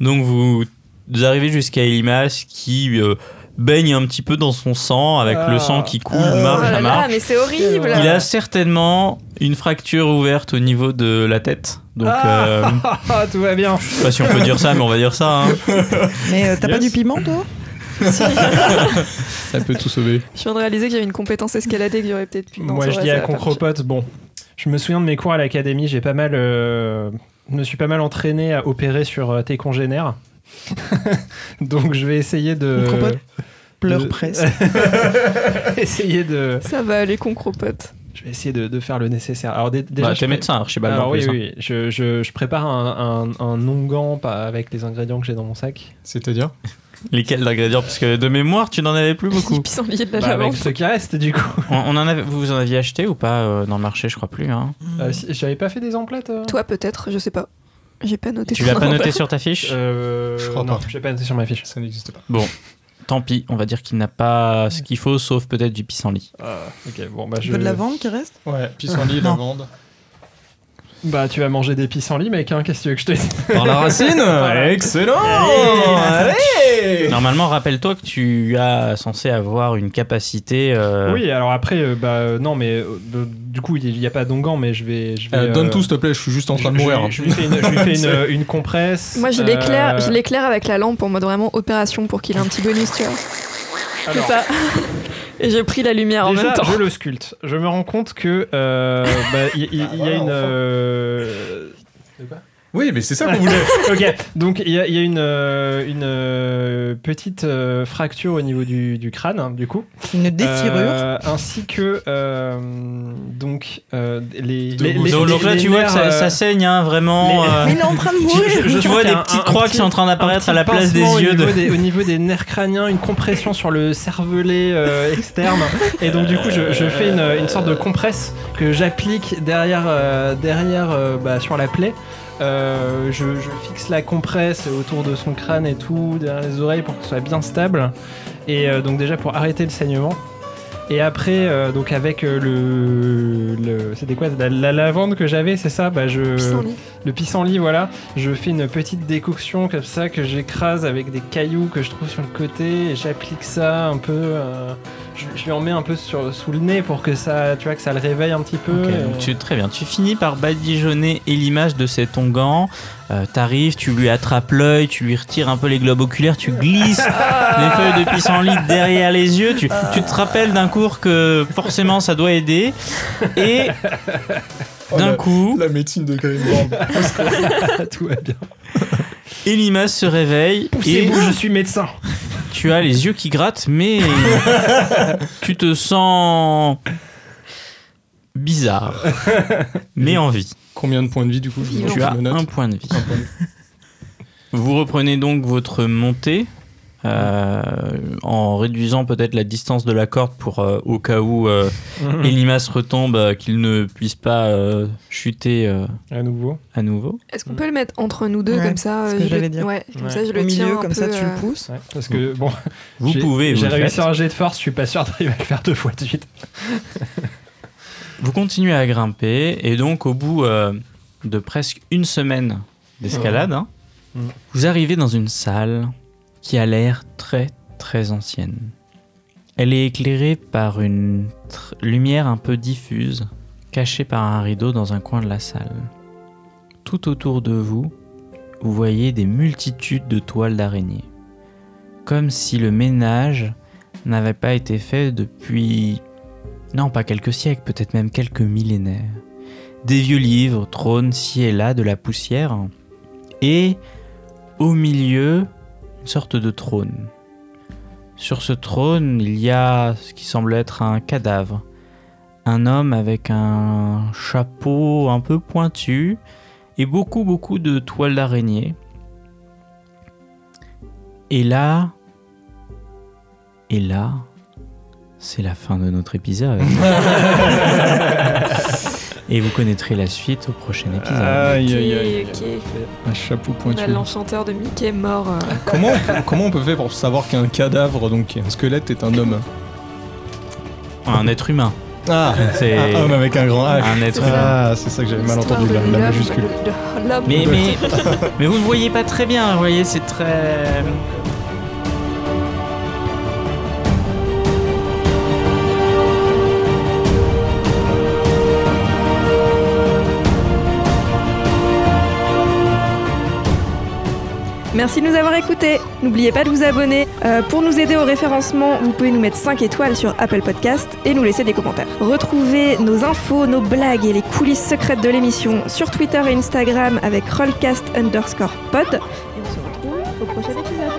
[SPEAKER 3] Donc vous vous arrivez jusqu'à Elimas qui euh, baigne un petit peu dans son sang avec
[SPEAKER 4] Ah.
[SPEAKER 3] le sang qui coule,
[SPEAKER 6] Ah.
[SPEAKER 7] Oh
[SPEAKER 3] marche
[SPEAKER 7] là
[SPEAKER 3] à
[SPEAKER 7] là,
[SPEAKER 3] marche.
[SPEAKER 7] mais c'est horrible.
[SPEAKER 3] Il a certainement une fracture ouverte au niveau de la tête. Donc euh,
[SPEAKER 4] Ah, tout va bien.
[SPEAKER 3] je sais pas si on peut dire ça, mais on va dire ça. hein.
[SPEAKER 6] Mais euh, t'as pas
[SPEAKER 2] Yes.
[SPEAKER 6] du piment, toi
[SPEAKER 2] Ça peut tout sauver.
[SPEAKER 7] Je viens de réaliser que j'avais une compétence escaladée que j'aurais peut-être pu. non,
[SPEAKER 4] Moi,
[SPEAKER 7] c'est
[SPEAKER 4] je
[SPEAKER 7] vrai,
[SPEAKER 4] dis
[SPEAKER 7] ça
[SPEAKER 4] à
[SPEAKER 7] va pas marcher.
[SPEAKER 4] Concropote, bon, je me souviens de mes cours à l'académie, j'ai pas mal. euh, je me suis pas mal entraîné à opérer sur euh, tes congénères. (laughs) Donc, je vais essayer de.
[SPEAKER 6] Concropote Pleure
[SPEAKER 4] de-
[SPEAKER 6] presse.
[SPEAKER 4] (laughs) essayer de.
[SPEAKER 7] Ça va aller, Concropote.
[SPEAKER 4] Je vais essayer de, de faire le nécessaire. Alors, dé- déjà.
[SPEAKER 3] Bah,
[SPEAKER 4] je
[SPEAKER 3] t'es
[SPEAKER 4] pré-
[SPEAKER 3] médecin, archibald.
[SPEAKER 4] Alors,
[SPEAKER 3] en
[SPEAKER 4] oui,
[SPEAKER 3] plus, hein.
[SPEAKER 4] oui, je, je- je prépare un, un, un onguent pas- avec les ingrédients que j'ai dans mon sac.
[SPEAKER 2] C'est-à-dire
[SPEAKER 3] Lesquels d'ingrédients Parce que de mémoire, tu n'en avais
[SPEAKER 4] (laughs)
[SPEAKER 3] plus beaucoup.
[SPEAKER 7] (laughs) Il pissenlit de
[SPEAKER 4] Bah,
[SPEAKER 7] la lavande.
[SPEAKER 4] avec ce qui reste, du coup.
[SPEAKER 3] On, on en avait- vous en aviez acheté ou pas euh, dans le marché, je crois plus. hein.
[SPEAKER 4] Euh, si- J'avais pas fait des emplettes euh
[SPEAKER 7] Hmm. Toi peut-être, je sais pas. J'ai pas noté.
[SPEAKER 3] Tu
[SPEAKER 7] ton
[SPEAKER 3] l'as pas
[SPEAKER 7] (laughs) nom.
[SPEAKER 3] noté sur ta fiche
[SPEAKER 4] Euh,
[SPEAKER 2] Je crois
[SPEAKER 4] non,
[SPEAKER 2] pas.
[SPEAKER 4] j'ai pas noté sur ma fiche.
[SPEAKER 2] Ça n'existe pas.
[SPEAKER 3] Tant pis, on va dire qu'il n'a pas ce qu'il faut, sauf peut-être du pissenlit.
[SPEAKER 4] ok, bon, bah
[SPEAKER 6] Tu
[SPEAKER 4] je.
[SPEAKER 6] veux de la vente qui reste
[SPEAKER 2] Ouais, pissenlit,
[SPEAKER 6] Non.
[SPEAKER 2] lavande.
[SPEAKER 4] Bah, tu vas manger des pissenlits, mec, hein, qu'est-ce que tu veux que je te dise
[SPEAKER 2] Par la (laughs) racine Excellent Allez
[SPEAKER 3] (laughs) Normalement, rappelle-toi que tu as censé avoir une capacité. euh,
[SPEAKER 4] Oui, alors après, euh, bah euh, non, mais euh, de- du coup, il n'y a pas d'ongan, mais je vais. Je vais
[SPEAKER 2] Euh, Donne
[SPEAKER 4] euh,
[SPEAKER 2] tout, s'il te plaît, je suis juste en train de
[SPEAKER 4] je- je
[SPEAKER 2] mourir.
[SPEAKER 4] lui- Je lui fais une, je lui fais une,
[SPEAKER 2] (laughs)
[SPEAKER 4] euh, une compresse.
[SPEAKER 7] Moi je
[SPEAKER 4] euh,
[SPEAKER 7] l'éclaire, je l'éclaire avec la lampe en mode vraiment opération pour qu'il ait un petit bonus, tu vois. C'est
[SPEAKER 4] alors,
[SPEAKER 7] ça. (laughs) Et j'ai pris la lumière en
[SPEAKER 4] déjà,
[SPEAKER 7] même temps.
[SPEAKER 4] je le sculpte. Je me rends compte que. euh, bah, il il- il y, a
[SPEAKER 2] voilà,
[SPEAKER 4] une.
[SPEAKER 2] enfin.
[SPEAKER 4] euh, (laughs) Ah,
[SPEAKER 2] Oui, mais c'est ça qu'on voulait.
[SPEAKER 4] ok, donc il y a, il y a une, euh, une euh, petite euh, fracture au niveau du, du crâne, hein, du coup.
[SPEAKER 6] Une déchirure.
[SPEAKER 4] Euh, ainsi que euh, donc euh, les, les, les-
[SPEAKER 3] Donc donc là,
[SPEAKER 4] les
[SPEAKER 3] tu vois que
[SPEAKER 4] nerfs,
[SPEAKER 3] ça,
[SPEAKER 4] euh,
[SPEAKER 3] ça saigne, hein, vraiment.
[SPEAKER 4] les-
[SPEAKER 3] euh,
[SPEAKER 6] Mais il est en train de
[SPEAKER 4] Ah. (laughs) je-
[SPEAKER 6] mourir
[SPEAKER 4] je-
[SPEAKER 3] tu
[SPEAKER 4] sens
[SPEAKER 3] vois
[SPEAKER 4] qu'il y
[SPEAKER 3] des
[SPEAKER 4] a un-
[SPEAKER 3] petites
[SPEAKER 4] un
[SPEAKER 3] croix
[SPEAKER 4] petit-
[SPEAKER 3] qui sont en train d'apparaître
[SPEAKER 4] un
[SPEAKER 3] à la
[SPEAKER 4] petit
[SPEAKER 3] place des
[SPEAKER 4] pincement au
[SPEAKER 3] yeux de.
[SPEAKER 4] niveau des- au niveau des nerfs crâniens, une compression sur le cervelet euh, externe. Et donc, du coup, je, je fais une, une sorte de compresse que j'applique derrière, euh, derrière euh, bah, sur la plaie. Euh, je, je fixe la compresse autour de son crâne et tout, derrière les oreilles pour que ce soit bien stable. Et euh, donc, déjà pour arrêter le saignement. Et après, euh, donc avec euh, le, le- c'était quoi la, la lavande que j'avais, c'est ça Bah je
[SPEAKER 7] Pissenlit.
[SPEAKER 4] le pissenlit, voilà. Je fais une petite décoction comme ça que j'écrase avec des cailloux que je trouve sur le côté et j'applique ça un peu. euh, je, je lui en mets un peu sur, sous le nez pour que ça, tu vois, que ça le réveille un petit peu.
[SPEAKER 3] Ok,
[SPEAKER 4] euh,
[SPEAKER 3] donc tu, très bien. Tu finis par badigeonner et l'image de cet onguent. Euh, T'arrives, tu lui attrapes l'œil, tu lui retires un peu les globes oculaires, tu
[SPEAKER 4] (laughs)
[SPEAKER 3] glisses les feuilles de pissenlit derrière les yeux. Tu,
[SPEAKER 4] Ah.
[SPEAKER 3] tu te rappelles d'un cours que forcément ça doit aider.
[SPEAKER 4] (laughs)
[SPEAKER 3] Et
[SPEAKER 4] Oh
[SPEAKER 3] d'un coup,
[SPEAKER 2] La médecine de Grimborn.
[SPEAKER 4] (laughs) Tout va bien.
[SPEAKER 3] Elimas se réveille et
[SPEAKER 4] Poussez-vous, je suis (laughs) médecin.
[SPEAKER 3] tu as les yeux qui grattent,
[SPEAKER 4] (laughs)
[SPEAKER 3] mais tu te sens bizarre, mais en vie.
[SPEAKER 2] Combien de points de vie du coup je
[SPEAKER 3] Tu
[SPEAKER 2] je
[SPEAKER 3] as
[SPEAKER 2] me note.
[SPEAKER 3] un point de vie.
[SPEAKER 2] Un point de vie.
[SPEAKER 3] (laughs) Vous reprenez donc votre montée euh, en réduisant peut-être la distance de la corde pour euh, au cas où
[SPEAKER 4] (laughs)
[SPEAKER 3] euh, Elimas retombe, euh, qu'il ne puisse pas euh, chuter euh,
[SPEAKER 4] À nouveau.
[SPEAKER 3] à nouveau.
[SPEAKER 7] Est-ce qu'on peut le mettre entre nous deux
[SPEAKER 6] Ouais,
[SPEAKER 7] comme ça
[SPEAKER 6] c'est ce que
[SPEAKER 7] euh, je le-
[SPEAKER 6] j'allais dire.
[SPEAKER 7] Ouais, comme
[SPEAKER 4] Ouais.
[SPEAKER 7] ça je
[SPEAKER 6] au
[SPEAKER 7] le tiens
[SPEAKER 6] milieu,
[SPEAKER 7] un
[SPEAKER 6] comme ça,
[SPEAKER 7] peu,
[SPEAKER 6] tu le
[SPEAKER 7] euh,
[SPEAKER 6] pousses.
[SPEAKER 4] Ouais, parce que bon,
[SPEAKER 3] Vous
[SPEAKER 4] j'ai-
[SPEAKER 3] pouvez, vous,
[SPEAKER 4] J'ai
[SPEAKER 3] le
[SPEAKER 4] réussi
[SPEAKER 3] faites.
[SPEAKER 4] un jet de force, je suis pas sûr d'arriver à le faire deux fois de suite.
[SPEAKER 3] vous continuez à grimper et donc au bout euh, de presque une semaine d'escalade, hein,
[SPEAKER 4] Mmh.
[SPEAKER 3] vous arrivez dans une salle qui a l'air très très ancienne. Elle est éclairée par une tr- lumière un peu diffuse, cachée par un rideau dans un coin de la salle. Tout autour de vous, vous voyez des multitudes de toiles d'araignées, comme si le ménage n'avait pas été fait depuis non pas quelques siècles, peut-être même quelques millénaires. Des vieux livres trônent ci et là de la poussière, et au milieu, une sorte de trône. Sur ce trône, il y a ce qui semble être un cadavre. Un homme avec un chapeau un peu pointu et beaucoup, beaucoup de toiles d'araignée. Et là, et là, c'est la fin de
[SPEAKER 2] (laughs)
[SPEAKER 3] notre épisode. et vous connaîtrez la suite au prochain épisode.
[SPEAKER 2] Aïe, aïe, aïe.
[SPEAKER 7] Ok,
[SPEAKER 2] Un chapeau
[SPEAKER 7] ok. Bah,
[SPEAKER 2] pointu.
[SPEAKER 7] L'enchanteur de Mickey mort. euh,
[SPEAKER 2] Comment on, peut, comment on peut faire pour savoir qu'un cadavre, donc un squelette, est un homme
[SPEAKER 3] Un être humain.
[SPEAKER 2] Ah,
[SPEAKER 3] C'est
[SPEAKER 2] un homme avec un grand H.
[SPEAKER 3] un être humain.
[SPEAKER 2] Ah, c'est ça que j'avais mal entendu, la,
[SPEAKER 7] l'histoire de
[SPEAKER 2] la
[SPEAKER 7] l'homme,
[SPEAKER 2] majuscule.
[SPEAKER 7] de- de- L'homme.
[SPEAKER 3] Mais, mais, mais vous ne voyez pas très bien, vous voyez, c'est très... euh,
[SPEAKER 7] Merci de nous avoir écoutés. N'oubliez pas de vous abonner. Euh, pour nous aider au référencement, vous pouvez nous mettre 5 étoiles sur Apple Podcast et nous laisser des commentaires. Retrouvez nos infos, nos blagues et les coulisses secrètes de l'émission sur Twitter et Instagram avec Rollcast underscore pod. Et on se retrouve au prochain épisode.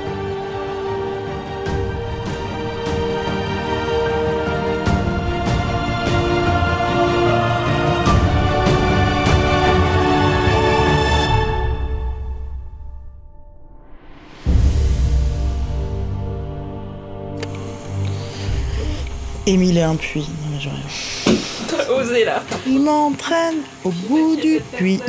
[SPEAKER 6] Émile est un puits. Non, mais je rien.
[SPEAKER 7] Osez là.
[SPEAKER 6] Je m'entraîne au bout du puits.